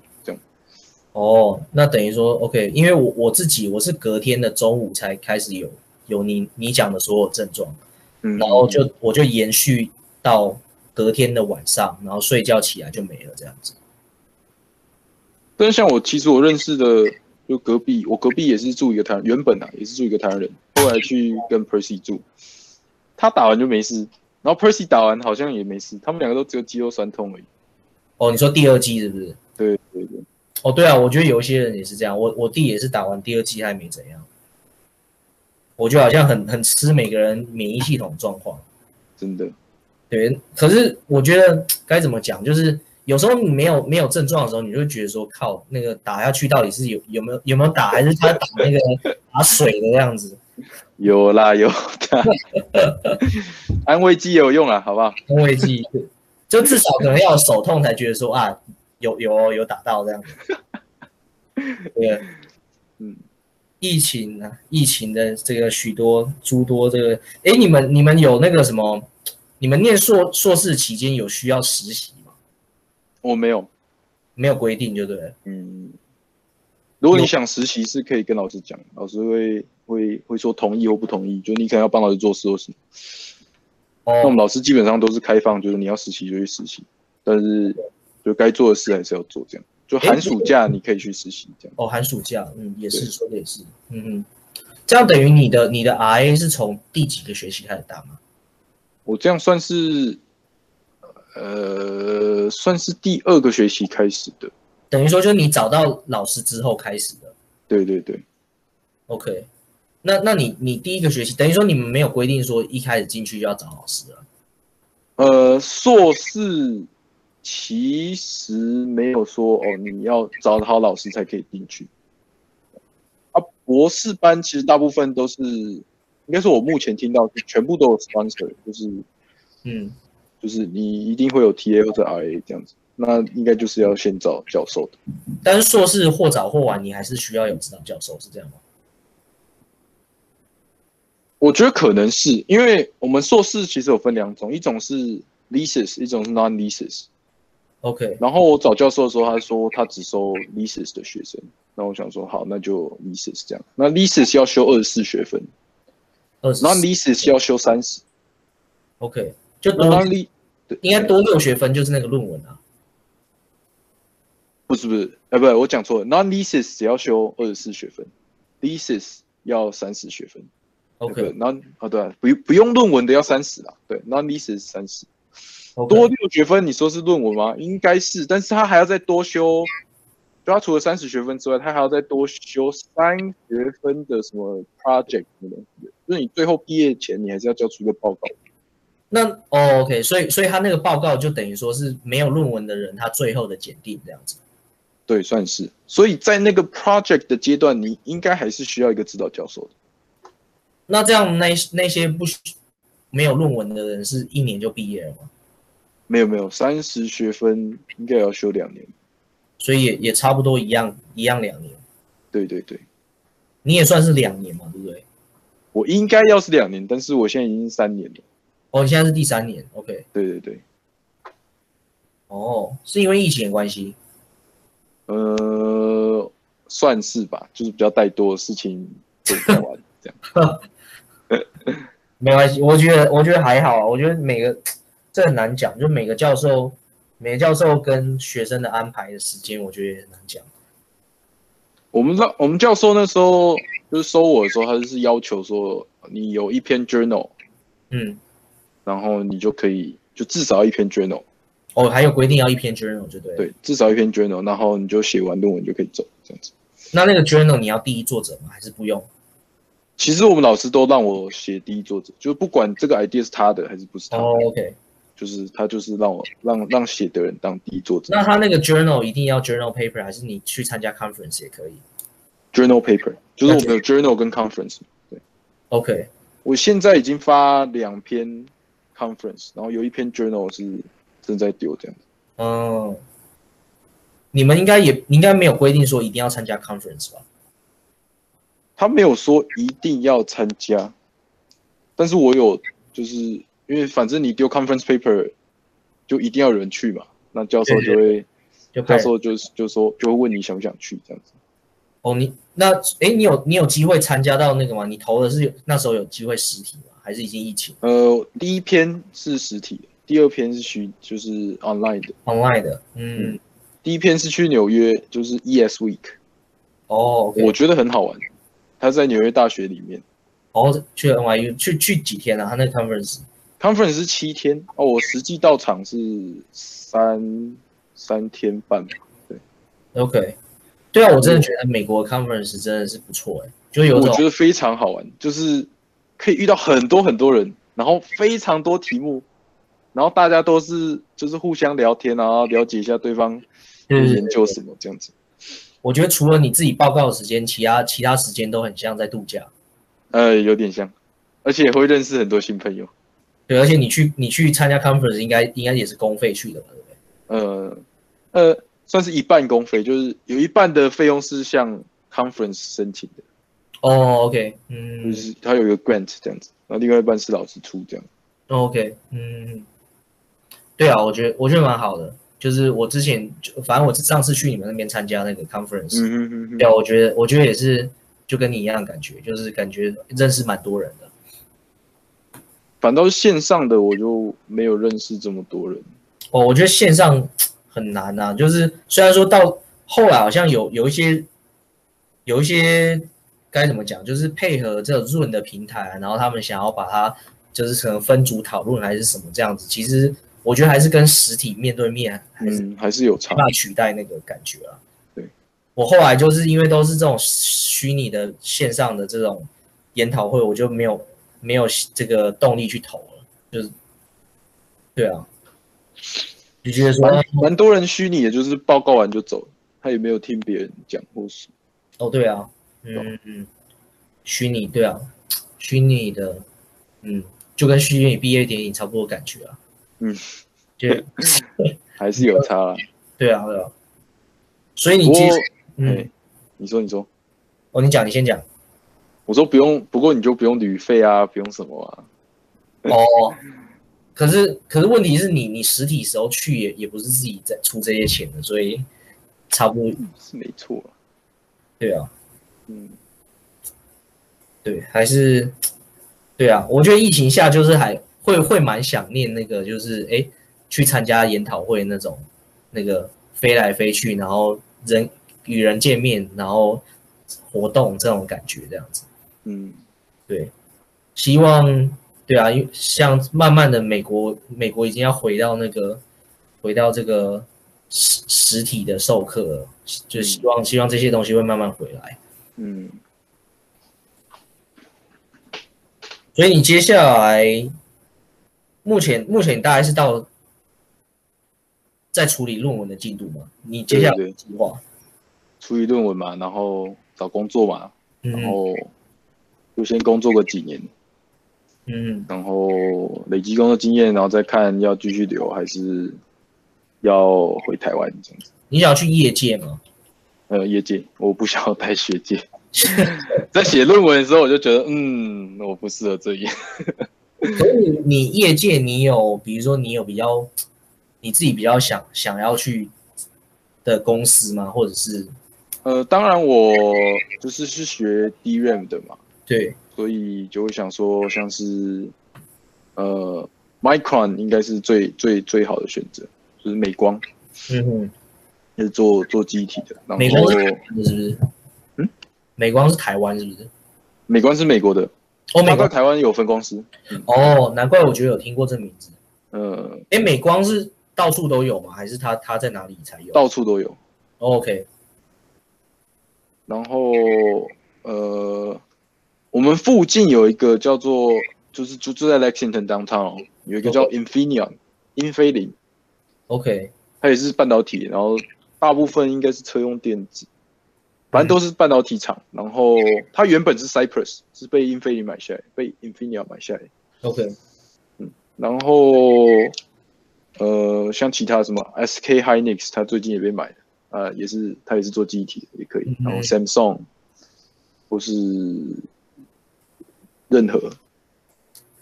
Speaker 1: 哦，那等于说 OK，因为我我自己我是隔天的中午才开始有有你你讲的所有症状，
Speaker 2: 嗯，
Speaker 1: 然后就我就延续到隔天的晚上，然后睡觉起来就没了这样子。
Speaker 2: 但是像我，其实我认识的，就隔壁，我隔壁也是住一个台，原本啊也是住一个台湾人，后来去跟 Percy 住，他打完就没事，然后 Percy 打完好像也没事，他们两个都只有肌肉酸痛而已。
Speaker 1: 哦，你说第二季是不是？
Speaker 2: 对对对，
Speaker 1: 哦，对啊，我觉得有一些人也是这样，我我弟也是打完第二季还没怎样，我觉得好像很很吃每个人免疫系统状况。
Speaker 2: 真的，
Speaker 1: 对，可是我觉得该怎么讲，就是有时候你没有没有症状的时候，你就会觉得说靠，那个打下去到底是有有没有有没有打，还是他打那个打水的样子？
Speaker 2: 有啦有的， [LAUGHS] 安慰剂也有用啦，啊好不好？
Speaker 1: 安慰剂，就至少可能要有手痛才觉得说啊，有有哦有打到这样子。对，
Speaker 2: 嗯，
Speaker 1: 疫情啊，疫情的这个许多诸多这个，哎，你们你们有那个什么？你们念硕硕士期间有需要实习吗？
Speaker 2: 我没有，
Speaker 1: 没有规定，就对了。
Speaker 2: 嗯，如果你想实习，是可以跟老师讲，老师会会会说同意或不同意，就你可能要帮老师做事或什么。那我
Speaker 1: 哦
Speaker 2: 们，老师基本上都是开放，就是你要实习就去实习，但是就该做的事还是要做，这样。就寒暑假你可以去实习，这样。
Speaker 1: 哦，寒暑假，嗯，也是
Speaker 2: 对
Speaker 1: 说的也是，嗯嗯，这样等于你的你的 RA 是从第几个学期开始打吗？
Speaker 2: 我这样算是，呃，算是第二个学期开始的。
Speaker 1: 等于说就是你找到老师之后开始的。
Speaker 2: 对对对，
Speaker 1: OK，那那你你第一个学期等于说你们没有规定说一开始进去就要找老师啊？
Speaker 2: 呃，硕士其实没有说哦，你要找好老师才可以进去。啊，博士班其实大部分都是，应该是我目前听到全部都有 sponsor，就是
Speaker 1: 嗯，
Speaker 2: 就是你一定会有 TA 或者 RA 这样子，那应该就是要先找教授的。
Speaker 1: 但是硕士或早或晚，你还是需要有指导教授，是这样吗？
Speaker 2: 我觉得可能是因为我们硕士其实有分两种，一种是 leases，一种是 non leases。
Speaker 1: OK，
Speaker 2: 然后我找教授的时候，他说他只收 leases 的学生，那我想说好，那就 leases 这样。那 leases 要修二十四学分
Speaker 1: 二十
Speaker 2: ，non leases 要修三十。
Speaker 1: OK，就
Speaker 2: 那
Speaker 1: 多
Speaker 2: non le 对
Speaker 1: 应该多六学分就是那个论文啊。
Speaker 2: 不是不是，哎、不是我讲错了，non leases 只要修二十四学分，leases 要三十学分。对
Speaker 1: OK，
Speaker 2: ，non 哦对啊、不不用论文的要三十啦，啊对，non leases 三十。多
Speaker 1: 多
Speaker 2: 六学分，你说是论文吗？应该是，但是他还要再多修，就他除了三十学分之外，他还要再多修三学分的什么 project 的东西，就是你最后毕业前，你还是要交出一个报告。
Speaker 1: 那哦 OK，所以所以他那个报告就等于说是没有论文的人他最后的检定这样子。
Speaker 2: 对，算是。所以在那个 project 的阶段，你应该还是需要一个指导教授的。
Speaker 1: 那这样那那些不需没有论文的人是一年就毕业了吗？
Speaker 2: 没有没有，三十学分应该也要修两年。
Speaker 1: 所以也也差不多一样一样两年，
Speaker 2: 对对对，
Speaker 1: 你也算是两年嘛，对不对？
Speaker 2: 我应该要是两年，但是我现在已经三年了。
Speaker 1: 哦，你现在是第三年，OK？
Speaker 2: 对对对，
Speaker 1: 哦，是因为疫情的关系。
Speaker 2: 呃，算是吧，就是比较带多的事情做不太完这样。 [LAUGHS]
Speaker 1: 没关系，我觉得我觉得还好啊，我觉得每个这很难讲，就每个教授每个教授跟学生的安排的时间，我觉得也很难讲。
Speaker 2: 我们让我们教授那时候就是收我的时候，他就是要求说你有一篇 journal，
Speaker 1: 嗯，
Speaker 2: 然后你就可以就至少要一篇 journal，
Speaker 1: 哦，还有规定要一篇 journal 就对了。，
Speaker 2: 对，至少一篇 journal，然后你就写完论文就可以走这样子。
Speaker 1: 那那个 journal 你要第一作者吗？还是不用？
Speaker 2: 其实我们老师都让我写第一作者，就不管这个 idea 是他的还是不是他的，
Speaker 1: 哦，OK。
Speaker 2: 就是他就是让我让让写的人当第一作者
Speaker 1: 那他那个 journal 一定要 journal paper，还是你去参加 conference 也可以
Speaker 2: ，journal paper，就是我们有 journal 跟 conference，
Speaker 1: ？OK，
Speaker 2: 我现在已经发两篇 conference，然后有一篇 journal 是正在丢这样子。
Speaker 1: 嗯，你们应该也你应该没有规定说一定要参加 conference 吧？
Speaker 2: 他没有说一定要参加，但是我有就是因为反正你丢 conference paper 就一定要有人去嘛，那教授就会
Speaker 1: 就
Speaker 2: 教
Speaker 1: 派
Speaker 2: 授就是就说就会问你想不想去这样子。
Speaker 1: 哦，你那诶，你有你有机会参加到那个吗？你投的是有那时候有机会实体吗？还是已经疫情
Speaker 2: 呃，第一篇是实体的，第二篇是虚就是 online 的，
Speaker 1: online 的？嗯，
Speaker 2: 第一篇是去纽约，就是 ES Week，
Speaker 1: 哦，OK，
Speaker 2: 我觉得很好玩，他在纽约大学里面。
Speaker 1: 哦，去了 NYU 去去几天啊？他那个 conference
Speaker 2: conference 是七天哦，我实际到场是三三天半吧。
Speaker 1: OK，对啊，我真的觉得美国 conference 真的是不错诶，欸就有哦
Speaker 2: 我
Speaker 1: 种
Speaker 2: 觉得非常好玩，就是可以遇到很多很多人，然后非常多题目，然后大家都是就是互相聊天啊，了解一下对方
Speaker 1: 对对
Speaker 2: 研究什么这样子。
Speaker 1: 我觉得除了你自己报告的时间，其他其他时间都很像在度假。
Speaker 2: 呃，有点像，而且会认识很多新朋友。
Speaker 1: 对，而且你去你去参加 conference 应该应该也是公费去的嘛，对不对？
Speaker 2: 呃呃，算是一半公费，就是有一半的费用是向 conference 申请的，
Speaker 1: 哦，OK，
Speaker 2: 就
Speaker 1: 嗯
Speaker 2: 是它有一个 grant 这样子，然后另外一半是老师出这样。
Speaker 1: 哦，OK，嗯，对啊，我觉得我觉得蛮好的，就是我之前就反正我上次去你们那边参加那个 conference，、
Speaker 2: 嗯哼哼哼
Speaker 1: 对啊，我觉得我觉得也是就跟你一样的感觉，就是感觉认识蛮多人的。
Speaker 2: 反倒是线上的我就没有认识这么多人。
Speaker 1: 哦，我觉得线上很难啊，就是虽然说到后来好像有有一些有一些该怎么讲，就是配合这种润的平台，然后他们想要把它就是可能分组讨论还是什么这样子，其实我觉得还是跟实体面对面还是
Speaker 2: 嗯，还是有差
Speaker 1: 没。办法取代那个感觉啊。
Speaker 2: 对，
Speaker 1: 我后来就是因为都是这种虚拟的线上的这种研讨会，我就没有没有这个动力去投了，就是对啊，就觉得说
Speaker 2: 蛮蛮多人虚拟的，就是报告完就走了，他也没有听别人讲或是
Speaker 1: 哦，对啊，嗯嗯，虚拟对啊，虚拟的，嗯，就跟虚拟毕业典礼差不多的感觉啊，
Speaker 2: 嗯，
Speaker 1: 就
Speaker 2: 还是有差啦。
Speaker 1: 对啊对啊，所以你
Speaker 2: 不过
Speaker 1: 接，嗯
Speaker 2: 哎，你说你说，
Speaker 1: 哦，你讲你先讲。
Speaker 2: 我说不用，不过你就不用旅费啊，不用什么啊。
Speaker 1: 哦， [LAUGHS] 可是可是问题是你你实体时候去也也不是自己在出这些钱的，所以差不多
Speaker 2: 是没错啦。
Speaker 1: 对啊，
Speaker 2: 嗯，
Speaker 1: 对，还是对啊，我觉得疫情下就是还会会蛮想念那个，就是哎去参加研讨会那种那个飞来飞去，然后人与人见面，然后活动这种感觉这样子。
Speaker 2: 嗯，
Speaker 1: 对，希望对啊，因为像慢慢的美国，美国已经要回到那个回到这个实实体的授课了，就希望希望这些东西会慢慢回来。
Speaker 2: 嗯，
Speaker 1: 所以你接下来目前目前大概是到在处理论文的进度吗？你接下来
Speaker 2: 对对
Speaker 1: 的计划，
Speaker 2: 出一论文嘛，然后找工作嘛，然
Speaker 1: 嗯
Speaker 2: 后就先工作个几年，
Speaker 1: 嗯
Speaker 2: 然后累积工作经验，然后再看要继续留还是要回台湾这样子。
Speaker 1: 你想要去业界吗？
Speaker 2: 呃，业界我不想要待学界， [LAUGHS] 在写论文的时候我就觉得，嗯，我不适合这一行
Speaker 1: 可是你你业界你有，比如说你有比较你自己比较想想要去的公司吗？或者是
Speaker 2: 呃，当然我就是是学 DRAM 的嘛，
Speaker 1: 对
Speaker 2: 所以就会想说，像是呃 Micron 应该是最最最好的选择，就是美光
Speaker 1: 嗯哼，
Speaker 2: 也是做做机体的，然
Speaker 1: 美光
Speaker 2: 后
Speaker 1: 是台湾的是不是？
Speaker 2: 嗯，
Speaker 1: 美光是台湾是不是？
Speaker 2: 美光是美国的，
Speaker 1: 哦，美
Speaker 2: 它在
Speaker 1: 光
Speaker 2: 台湾有分公司，
Speaker 1: 哦，难怪我觉得有听过这名字。
Speaker 2: 呃，
Speaker 1: 哎，美光是到处都有吗？还是它它在哪里才有、哦
Speaker 2: 到处都有。
Speaker 1: o k
Speaker 2: 然后呃，我们附近有一个叫做，就是就就在 Lexington downtown 哦有一个叫 Infineon 英飞凌，
Speaker 1: OK，
Speaker 2: 它也是半导体，然后大部分应该是车用电子，反正都是半导体厂。然后它原本是 Cypress，是被英飞凌买下来，被 Infineon 买下来。
Speaker 1: OK，
Speaker 2: 然后呃，像其他什么 SK Hynix，它最近也被买了，呃，也是它也是做记忆体的，也可以
Speaker 1: 嗯。
Speaker 2: 然后 Samsung 或是任何，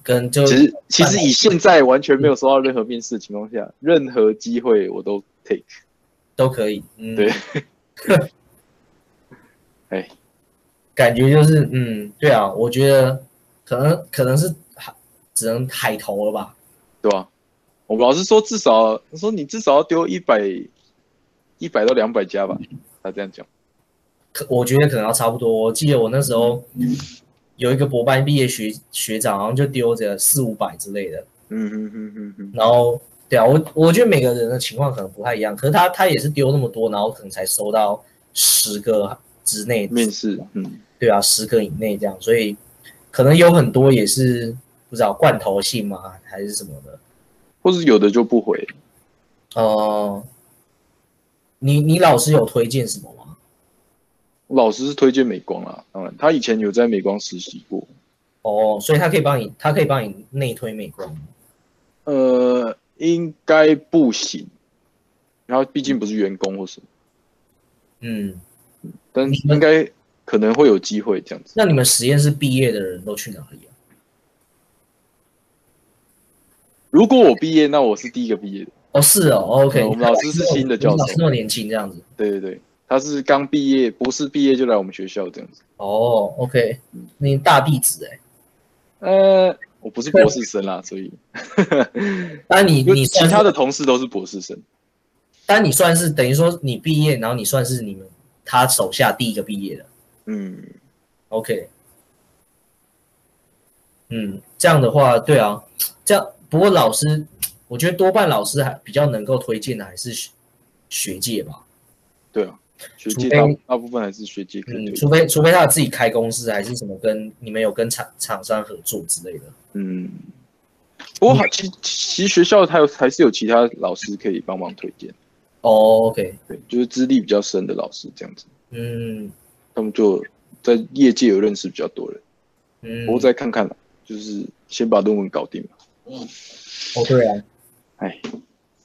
Speaker 1: 跟就
Speaker 2: 其实其实以现在完全没有收到任何面试的情况下，任何机会我都 take。
Speaker 1: 都可以，嗯， [LAUGHS]
Speaker 2: 对，哎，
Speaker 1: 感觉就是嗯，对啊，我觉得可能可能是海只能海投了吧，
Speaker 2: 对吧？我们老师说至少说你至少要丢一百一百到两百家吧，他这样讲。
Speaker 1: 可我觉得可能要差不多。我记得我那时候有一个博班毕业学学长，好像就丢着四五百之类的。
Speaker 2: 嗯哼哼哼哼，
Speaker 1: 然后对啊，我我觉得每个人的情况可能不太一样，可是他他也是丢那么多，然后可能才收到十个之内，
Speaker 2: 面试，嗯，
Speaker 1: 对啊，十个以内这样，所以可能有很多也是不知道罐头性嘛，还是什么的。
Speaker 2: 或是有的就不回。
Speaker 1: 哦、你你老师有推荐什么吗？
Speaker 2: 老师是推荐美光啦，当然他以前有在美光实习过，
Speaker 1: 哦，所以他可以帮你，他可以帮你内推美光。
Speaker 2: 呃，应该不行，然后毕竟不是员工或什么，
Speaker 1: 嗯，
Speaker 2: 但应该可能会有机会这样子。
Speaker 1: 那你们实验室毕业的人都去哪里啊？
Speaker 2: 如果我毕业，那我是第一个毕业的。
Speaker 1: 哦，是哦，OK，
Speaker 2: 我们老师是新的教授
Speaker 1: 老师那么年轻这样子。
Speaker 2: 对对对，他是刚毕业，博士毕业就来我们学校这样子。
Speaker 1: 哦，OK，你大弟子哎，
Speaker 2: 呃，我不是博士生啦，所以
Speaker 1: 那你
Speaker 2: 因
Speaker 1: 你
Speaker 2: 为其
Speaker 1: 算是
Speaker 2: 他的同事都是博士生。
Speaker 1: 但你算是等于说你毕业，然后你算是你们他手下第一个毕业的
Speaker 2: 嗯，
Speaker 1: ，OK。嗯，这样的话，对啊，这样不过老师，我觉得多半老师还比较能够推荐的还是学学界吧，
Speaker 2: 对啊，学
Speaker 1: 除
Speaker 2: 界
Speaker 1: 非
Speaker 2: 大大部分还是学界可以
Speaker 1: 嗯，
Speaker 2: 推
Speaker 1: 除非除非他自己开公司还是什么跟你们有跟厂厂商合作之类的，
Speaker 2: 嗯，不过还其其实学校还有还是有其他老师可以帮忙推荐，
Speaker 1: 哦，OK，
Speaker 2: 对，就是资历比较深的老师这样子，
Speaker 1: 嗯
Speaker 2: 他们就在业界有认识比较多人。
Speaker 1: 嗯，
Speaker 2: 不过再看看啦，就是先把论文搞定嘛。
Speaker 1: 哦，对啊，
Speaker 2: 哎，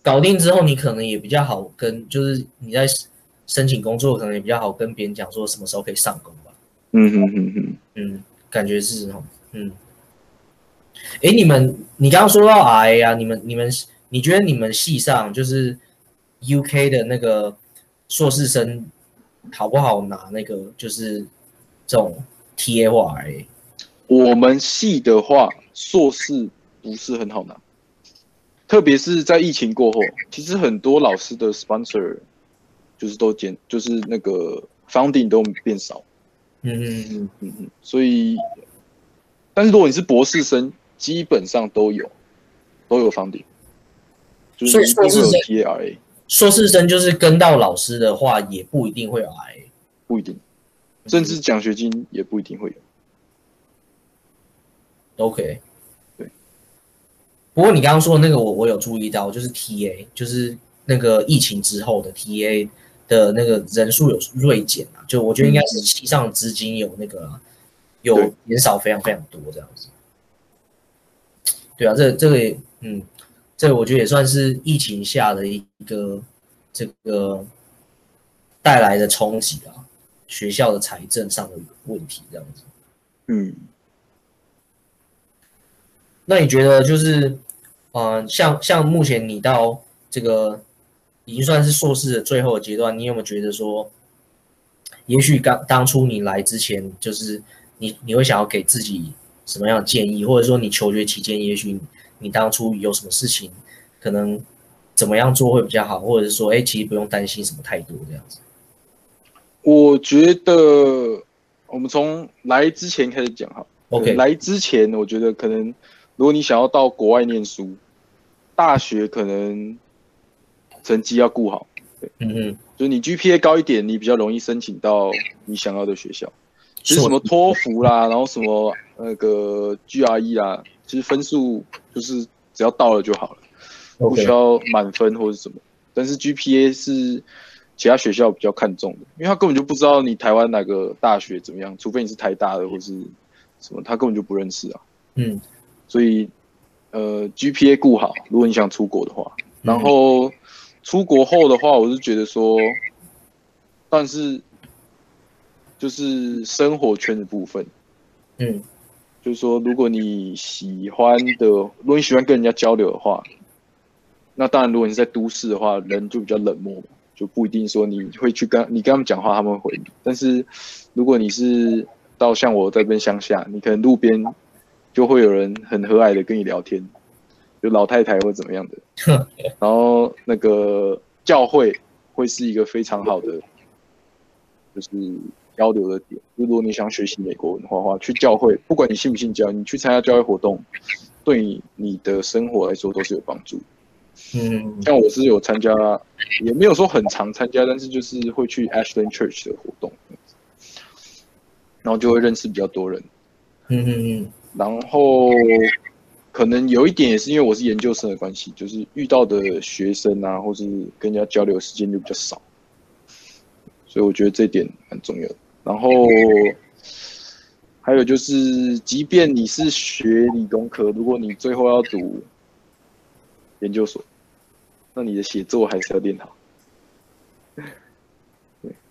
Speaker 1: 搞定之后，你可能也比较好跟，就是你在申请工作，可能也比较好跟别人讲说什么时候可以上工吧。
Speaker 2: 嗯哼哼哼，
Speaker 1: 嗯，感觉是哦，嗯。哎，你们，你刚刚说到 RA 啊，你们你们，你觉得你们系上就是 UK 的那个硕士生好不好拿那个就是这种 TA 或 RA？
Speaker 2: 我们系的话，硕士不是很好拿，特别是在疫情过后，其实很多老师的 sponsor 就是都减，就是那个 funding 都变少。
Speaker 1: 嗯嗯嗯，
Speaker 2: 嗯嗯，所以，但是如果你是博士生，基本上都有，都有房顶，就是
Speaker 1: 所以
Speaker 2: 一定会有
Speaker 1: 硕
Speaker 2: TARA，
Speaker 1: 硕士生就是跟到老师的话，也不一定会有 RA。
Speaker 2: 不一定，
Speaker 1: 嗯
Speaker 2: 甚至奖学金也不一定会有。
Speaker 1: OK，
Speaker 2: 对。
Speaker 1: 不过你刚刚说的那个我，我有注意到，就是 TA，就是那个疫情之后的 TA 的那个人数有锐减啊，就我觉得应该是系上的资金有那个啊、有
Speaker 2: 嗯对
Speaker 1: 减少非常非常多这样子。对啊，这这个也嗯，这个我觉得也算是疫情下的一个这个带来的冲击啊，学校的财政上的问题这样子。
Speaker 2: 嗯，
Speaker 1: 那你觉得就是，呃，像像目前你到这个已经算是硕士的最后的阶段，你有没有觉得说，也许刚当初你来之前，就是你你会想要给自己什么样的建议，或者说你求学期间，也许你你当初有什么事情，可能怎么样做会比较好，或者是说，哎，其实不用担心什么太多这样子。
Speaker 2: 我觉得我们从来之前开始讲哈。
Speaker 1: OK，
Speaker 2: 来之前，我觉得可能如果你想要到国外念书，大学可能成绩要顾好，
Speaker 1: 嗯嗯，
Speaker 2: 就是你 GPA 高一点，你比较容易申请到你想要的学校。其实
Speaker 1: 是
Speaker 2: 什
Speaker 1: 我
Speaker 2: 么托福啦， [LAUGHS] 然后什么呃那个 GRE 啦，其实分数就是只要到了就好了，不
Speaker 1: OK，
Speaker 2: 需要满分或者什么。但是 GPA 是其他学校比较看重的，因为他根本就不知道你台湾哪个大学怎么样，除非你是台大的或是什么，他根本就不认识啊。
Speaker 1: 嗯，
Speaker 2: 所以呃 GPA 顾好，如果你想出国的话，然
Speaker 1: 嗯
Speaker 2: 后出国后的话，我是觉得说，但是就是生活圈的部分，
Speaker 1: 嗯
Speaker 2: 就是说，如果你喜欢的，如果你喜欢跟人家交流的话，那当然，如果你在都市的话，人就比较冷漠嘛，就不一定说你会去跟你跟他们讲话，他们会回你。但是如果你是到像我这边乡下，你可能路边就会有人很和蔼的跟你聊天，就老太太或怎么样的。然后那个教会会是一个非常好的，就是交流的点。就如果你想学习美国文化的话，去教会，不管你信不信教，你去参加教会活动，对你你的生活来说都是有帮助。
Speaker 1: 嗯嗯
Speaker 2: 像我是有参加，也没有说很常参加，但是就是会去 Ashland Church 的活动，然后就会认识比较多人。
Speaker 1: 嗯嗯嗯
Speaker 2: 然后可能有一点也是因为我是研究生的关系，就是遇到的学生啊，或是跟人家交流的时间就比较少，所以我觉得这一点很重要。然后还有就是，即便你是学理工科，如果你最后要读研究所，那你的写作还是要练好，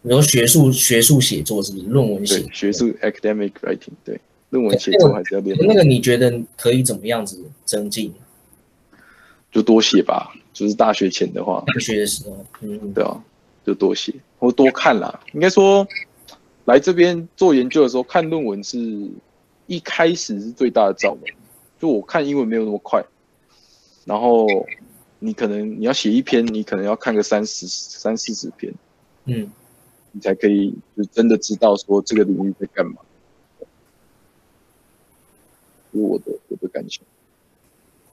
Speaker 1: 你说学术学术写作是不是论文写
Speaker 2: 对，？学术 academic writing，对，论文
Speaker 1: 对
Speaker 2: 写
Speaker 1: 那
Speaker 2: 作
Speaker 1: 个
Speaker 2: 还是要练好。
Speaker 1: 那个你觉得可以怎么样子增进？
Speaker 2: 就多写吧，就是大学前的话，
Speaker 1: 大学的时候，嗯，
Speaker 2: 对啊，就多写或多看啦。应该说，来这边做研究的时候，看论文是一开始是最大的罩门。就我看英文没有那么快，然后你可能你要写一篇，你可能要看个三十三四十篇，
Speaker 1: 嗯，
Speaker 2: 你才可以就真的知道说这个领域在干嘛。这是我的我的感想，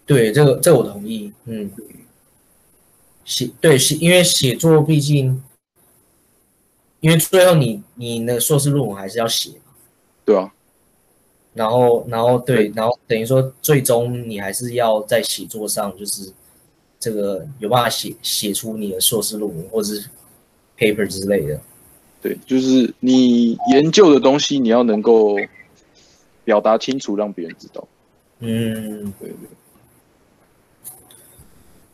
Speaker 1: 对，这个这个我同意，嗯，写对是因为写作毕竟，因为最后你你那个硕士论文还是要写，
Speaker 2: 对啊，
Speaker 1: 然后然后对，然后等于说最终你还是要在写作上就是这个有办法写写出你的硕士论文或者是 paper 之类的，
Speaker 2: 对，就是你研究的东西，你要能够表达清楚，让别人知道。
Speaker 1: 嗯。
Speaker 2: 对对，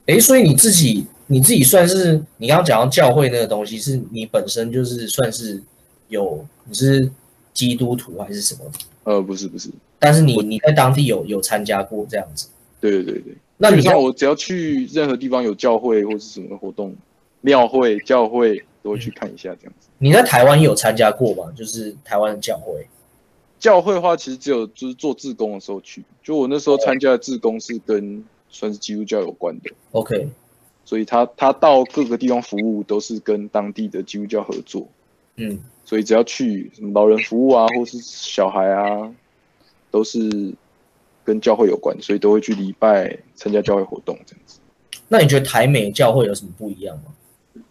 Speaker 1: 诶，所以你自己你自己算是你刚刚讲到教会那个东西，是你本身就是算是有你是基督徒还是什么？
Speaker 2: 呃，不是不是，
Speaker 1: 但是你你在当地有有参加过这样子？
Speaker 2: 对对对对。
Speaker 1: 那你
Speaker 2: 基本上
Speaker 1: 在
Speaker 2: 我只要去任何地方有教会或是什么活动，庙会、教会都会去
Speaker 1: 嗯
Speaker 2: 看一下这样子。
Speaker 1: 你在台湾有参加过吗？就是台湾的教会。
Speaker 2: 教会的话，其实只有就是做志工的时候去。就我那时候参加的志工是跟算是基督教有关的，
Speaker 1: OK，
Speaker 2: 所以他他到各个地方服务都是跟当地的基督教合作。
Speaker 1: 嗯，
Speaker 2: 所以只要去什么老人服务啊，或是小孩啊，都是跟教会有关，所以都会去礼拜、参加教会活动这样子。
Speaker 1: 那你觉得台美教会有什么不一样吗？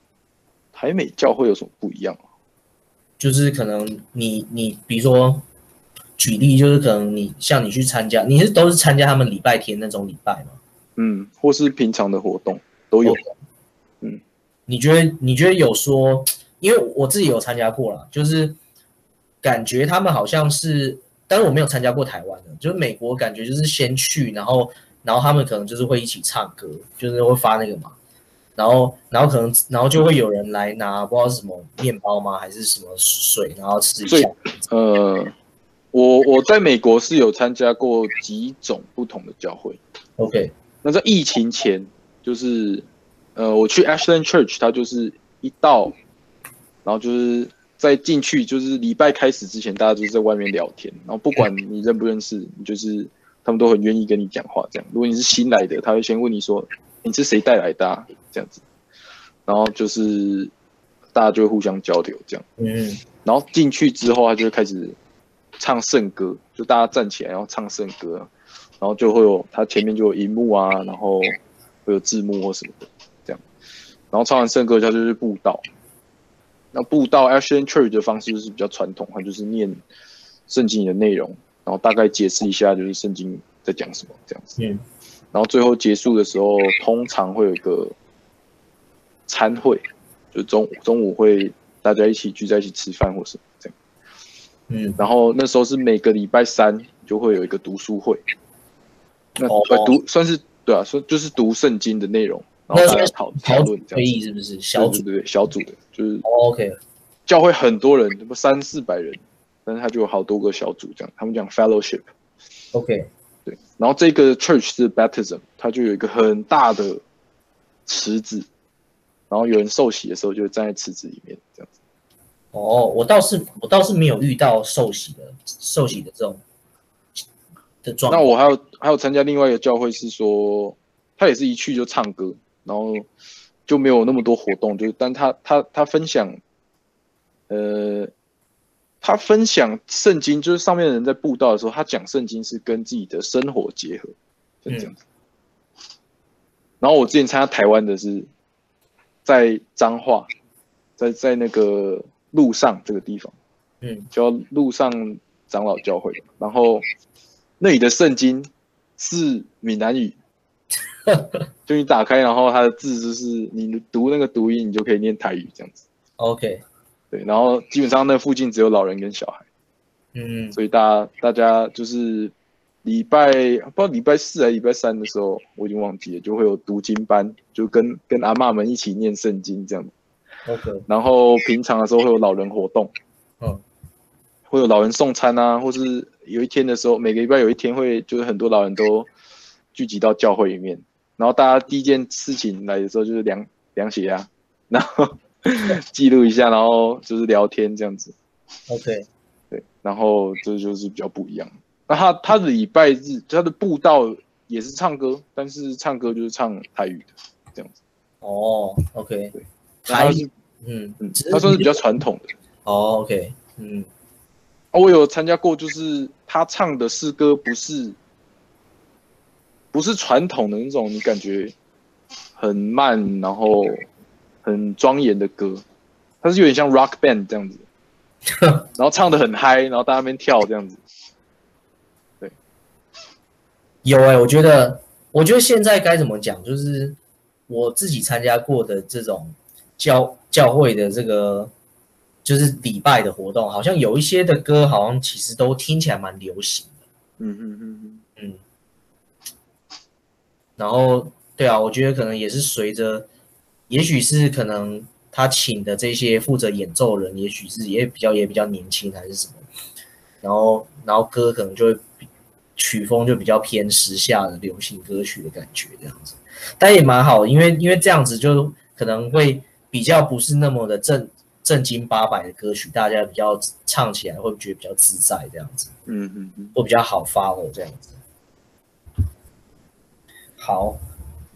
Speaker 2: 台美教会有什么不一样啊？
Speaker 1: 就是可能你你比如说举例，就是可能你像你去参加，你是都是参加他们礼拜天那种礼拜吗？
Speaker 2: 嗯，或是平常的活动都有。嗯，
Speaker 1: 你觉得你觉得有说，因为我自己有参加过啦，就是感觉他们好像是，但是我没有参加过台湾的，就是美国感觉就是先去，然后然后他们可能就是会一起唱歌，就是会发那个嘛，然后然后可能然后就会有人来拿不知道是什么面包吗还是什么水，然后吃一
Speaker 2: 所以
Speaker 1: 下，
Speaker 2: 呃，我我在美国是有参加过几种不同的教会。
Speaker 1: OK，
Speaker 2: 那在疫情前，就是呃，我去 Ashland Church，它就是一到，然后就是在进去，就是礼拜开始之前，大家就是在外面聊天，然后不管你认不认识，你就是他们都很愿意跟你讲话。这样，如果你是新来的，他会先问你说你是谁带来的、啊，这样子，然后就是大家就会互相交流这样。
Speaker 1: 嗯
Speaker 2: 然后进去之后，他就会开始唱圣歌，就大家站起来，然后唱圣歌，然后就会有他前面就有荧幕啊，然后会有字幕或什么的，这样。然后唱完圣歌，他就是布道。那布道 Action Church 的方式就是比较传统，他就是念圣经里的内容，然后大概解释一下就是圣经在讲什么这样子。
Speaker 1: 嗯
Speaker 2: 然后最后结束的时候，通常会有一个餐会，就中中午会大家一起聚在一起吃饭或什么这样。
Speaker 1: 嗯
Speaker 2: 然后那时候是每个礼拜三就会有一个读书会，那、
Speaker 1: 哦
Speaker 2: 呃读算是对啊，说就是读圣经的内容，然后
Speaker 1: 那
Speaker 2: 大家
Speaker 1: 是
Speaker 2: 讨讨
Speaker 1: 小组
Speaker 2: 论这
Speaker 1: 会
Speaker 2: 样子。
Speaker 1: 议是不是小组
Speaker 2: 对对对小组的，就是
Speaker 1: 哦？OK，
Speaker 2: 教会很多人，什么三四百人，但是他就有好多个小组这样，他们讲 fellowship。
Speaker 1: OK，
Speaker 2: 对，然后这个 church 是 baptism，它就有一个很大的池子，然后有人受洗的时候就站在池子里面这样子。
Speaker 1: 哦，我倒是我倒是没有遇到受洗的受洗的这种的状
Speaker 2: 那
Speaker 1: 况。
Speaker 2: 我还有还有参加另外一个教会是说，他也是一去就唱歌，然后就没有那么多活动，就是但他他他分享，呃，他分享圣经，就是上面的人在布道的时候，他讲圣经是跟自己的生活结合，就这样子。
Speaker 1: 嗯
Speaker 2: 然后我之前参加台湾的是在彰化，在在那个路上这个地方。
Speaker 1: 嗯
Speaker 2: 叫路上长老教会，然后那里的圣经字闽南语，就你打开，然后它的字就是你读那个读音，你就可以念台语这样子。
Speaker 1: OK，
Speaker 2: 对，然后基本上那附近只有老人跟小孩，
Speaker 1: 嗯，
Speaker 2: 所以大家大家就是礼拜不知道礼拜四还是礼拜三的时候，我已经忘记了，就会有读经班，就跟跟阿嬷们一起念圣经这样子。
Speaker 1: OK，
Speaker 2: 然后平常的时候会有老人活动，
Speaker 1: 嗯，
Speaker 2: 会有老人送餐啊，或是有一天的时候，每个礼拜有一天会，就是很多老人都聚集到教会里面，然后大家第一件事情来的时候就是量量血压，然后记录一下，然后就是聊天这样子，
Speaker 1: OK，
Speaker 2: 对，然后这就是比较不一样。那他他的礼拜日，他的步道也是唱歌，但是唱歌就是唱台语的，
Speaker 1: 哦，OK，
Speaker 2: 对
Speaker 1: 台
Speaker 2: 他
Speaker 1: 语
Speaker 2: 是，
Speaker 1: 嗯
Speaker 2: 嗯，
Speaker 1: 只
Speaker 2: 他算是比较
Speaker 1: 你
Speaker 2: 传统的。
Speaker 1: 哦，OK，嗯，
Speaker 2: 啊，我有参加过，就是他唱的诗歌不是不是传统的那种，你感觉很慢，然后很庄严的歌，它是有点像 rock band 这样
Speaker 1: [LAUGHS]
Speaker 2: 子，然后唱的很嗨，然后大家在那边跳这样子。
Speaker 1: 有哎、我觉得，我觉得现在该怎么讲，就是我自己参加过的这种教教会的这个就是礼拜的活动，好像有一些的歌，好像其实都听起来蛮流行的。
Speaker 2: 嗯嗯嗯
Speaker 1: 嗯，然后对啊，我觉得可能也是随着，也许是可能他请的这些负责演奏人，也许是也比较也比较年轻还是什么，然后然后歌可能就会比曲风就比较偏时下的流行歌曲的感觉这样子，但也蛮好的，因为因为这样子就可能会比较不是那么的正正经八百的歌曲，大家比较唱起来会觉得比较自在这样子。
Speaker 2: 嗯嗯嗯，
Speaker 1: 会比较好 follow 这样子。好，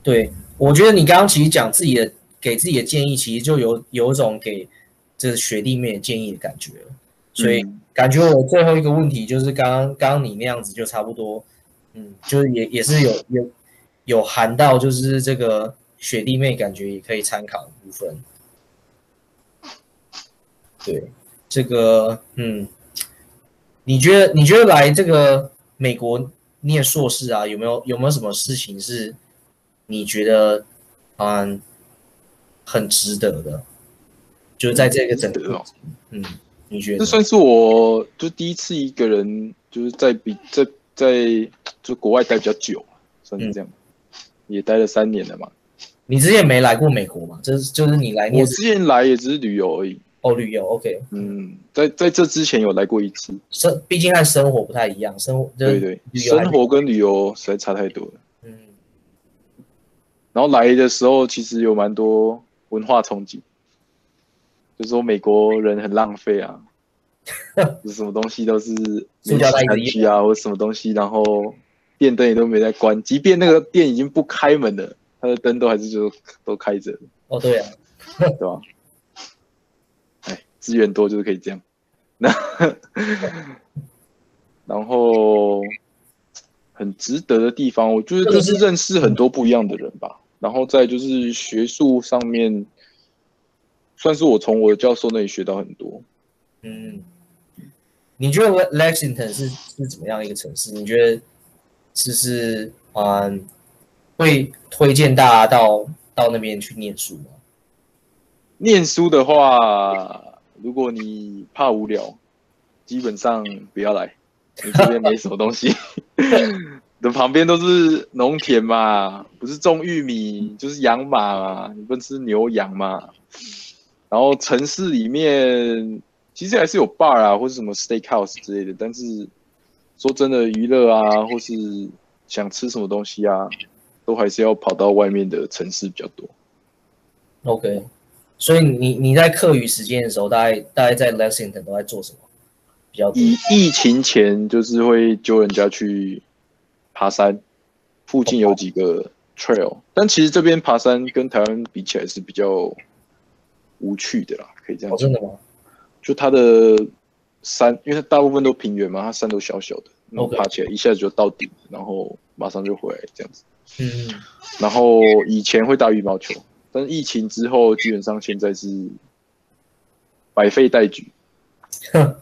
Speaker 1: 对我觉得你刚刚其实讲自己的给自己的建议，其实就有有一种给这学弟妹的建议的感觉了所以
Speaker 2: 嗯
Speaker 1: 感觉我最后一个问题就是刚刚刚刚你那样子就差不多，嗯，就是也也是有有有含到就是这个学弟妹感觉也可以参考的部分。对，这个嗯，你觉得你觉得来这个美国念硕士啊，有没有有没有什么事情是你觉得嗯很值得的？就是在这个整
Speaker 2: 值得
Speaker 1: 个
Speaker 2: 哦，
Speaker 1: 嗯，你觉得
Speaker 2: 这
Speaker 1: 呢？
Speaker 2: 算是我就第一次一个人就是在比在在就国外待比较久，算是这样，
Speaker 1: 嗯
Speaker 2: 也待了三年了嘛。
Speaker 1: 你之前没来过美国嘛？这是就是你来
Speaker 2: 我
Speaker 1: 念
Speaker 2: 之前来也只是旅游而已。
Speaker 1: 哦旅游，OK，
Speaker 2: 嗯，在在这之前有来过一次，
Speaker 1: 生毕竟和生活不太一样，生活就是
Speaker 2: 对对，
Speaker 1: 旅游还
Speaker 2: 生活跟旅游实在差太多了。
Speaker 1: 嗯
Speaker 2: 然后来的时候其实有蛮多文化冲击，就说美国人很浪费
Speaker 1: [LAUGHS]
Speaker 2: 啊，就什么东西都是
Speaker 1: 塑胶袋一直
Speaker 2: 餐具啊，或什么东西，然后电灯也都没在关，即便那个店已经不开门了，它的灯都还是就都开着，
Speaker 1: 哦对啊，
Speaker 2: 对吧？哎，资源多就是可以这样。那然后很值得的地方，我觉得就是认识很多不一样的人吧。然后再就是学术上面，算是我从我的教授那里学到很多。
Speaker 1: 嗯，你觉得 Lexington 是是怎么样一个城市？你觉得是是嗯会推荐大家到到那边去念书吗？
Speaker 2: 念书的话，如果你怕无聊，基本上不要来，你这边没什么东西。你旁边都是农田嘛，不是种玉米就是养马嘛，你不能吃牛羊嘛。然后城市里面其实还是有 bar 啊，或是什么 steakhouse 之类的，但是说真的，娱乐啊，或是想吃什么东西啊，都还是要跑到外面的城市比较多。
Speaker 1: OK，所以你你在课余时间的时候，大概大概在 Lexington 都在做什么比较多？
Speaker 2: 疫疫情前就是会揪人家去爬山，附近有几个 trail，但其实这边爬山跟台湾比起来是比较无趣的啦，可以这样
Speaker 1: 哦，真
Speaker 2: 讲。
Speaker 1: 的吗？
Speaker 2: 就它的山，因为它大部分都平原嘛，它山都小小的，然后
Speaker 1: OK
Speaker 2: 爬起来一下子就到顶，然后马上就回来这样子。
Speaker 1: 嗯，
Speaker 2: 然后以前会打羽毛球，但是疫情之后，基本上现在是百废待举，
Speaker 1: [LAUGHS] 哼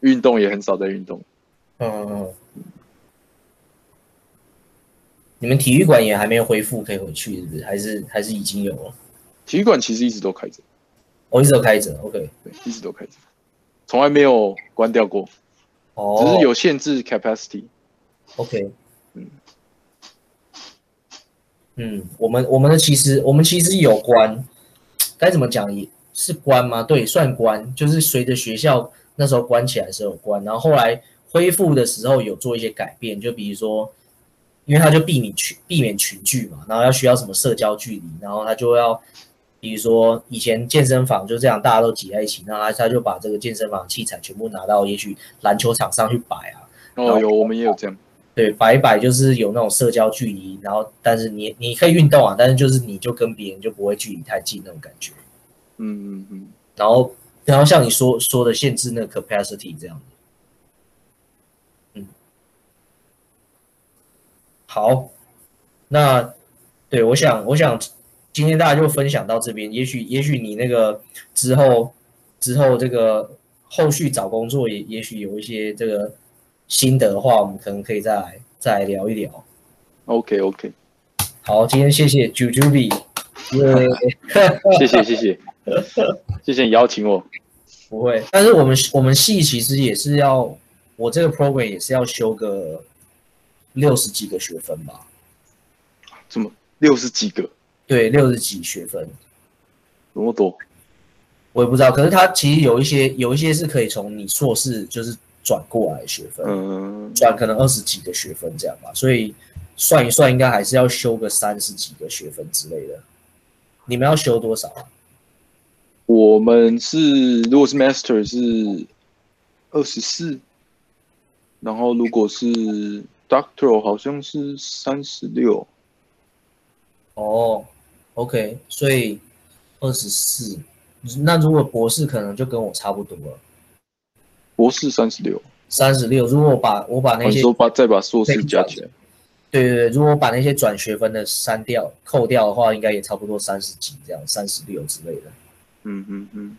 Speaker 2: 运动也很少在运动。
Speaker 1: 嗯嗯嗯你们体育馆也还没有恢复，可以回去是不是？还是还是已经有了？
Speaker 2: 体育馆其实一直都开着，
Speaker 1: 我、一直有开着，OK。
Speaker 2: 对，一直都开着，从来没有关掉过，
Speaker 1: 哦，
Speaker 2: 只是有限制 capacity。
Speaker 1: OK，嗯
Speaker 2: 嗯，
Speaker 1: 嗯，我们我们的其实我们其实有关，该怎么讲也是关吗？对，算关，就是随着学校那时候关起来的时候有关，然后后来恢复的时候有做一些改变，就比如说，因为他就避免群避免群聚嘛，然后要需要什么社交距离，然后他就要。比如说，以前健身房就这样，大家都挤在一起，那他他就把这个健身房器材全部拿到，也许篮球场上去摆啊，
Speaker 2: 哦，有我们也有这样，
Speaker 1: 对，摆一摆就是有那种社交距离，然后但是你你可以运动啊，但是就是你就跟别人就不会距离太近那种感觉。
Speaker 2: 嗯嗯嗯，
Speaker 1: 然后然后像你说说的限制那个 capacity 这样子，嗯，好，那对我想我想今天大家就分享到这边，也许也许你那个之后之后这个后续找工作也也许有一些这个心得的话，我们可能可以再来再来聊一聊。
Speaker 2: OK OK，
Speaker 1: 好，今天谢谢 Jujubi，因为
Speaker 2: 谢谢谢谢，谢谢你邀请我。
Speaker 1: 不会，但是我们我们系其实也是要，我这个 program 也是要修个六十几个学分吧？
Speaker 2: 怎么六十几个
Speaker 1: 对，六十几学分，
Speaker 2: 那么多？
Speaker 1: 我也不知道。可是它其实有一些有一些是可以从你硕士就是转过来的学分，
Speaker 2: 嗯，
Speaker 1: 转可能二十几个学分这样吧。所以算一算，应该还是要修个三十几个学分之类的。你们要修多少啊？
Speaker 2: 我们是如果是 Master 是二十四，然后如果是 Doctoral 好像是三十六，
Speaker 1: 哦，OK，所以二十四，那如果博士可能就跟我差不多了，
Speaker 2: 博士三十六，
Speaker 1: 三十六。如果我把我把那
Speaker 2: 哦你
Speaker 1: 些
Speaker 2: 说把再把硕士加起来，
Speaker 1: 对对对，如果我把那些转学分的删掉扣掉的话，应该也差不多三十几这样，三十六之类的。
Speaker 2: 嗯嗯嗯，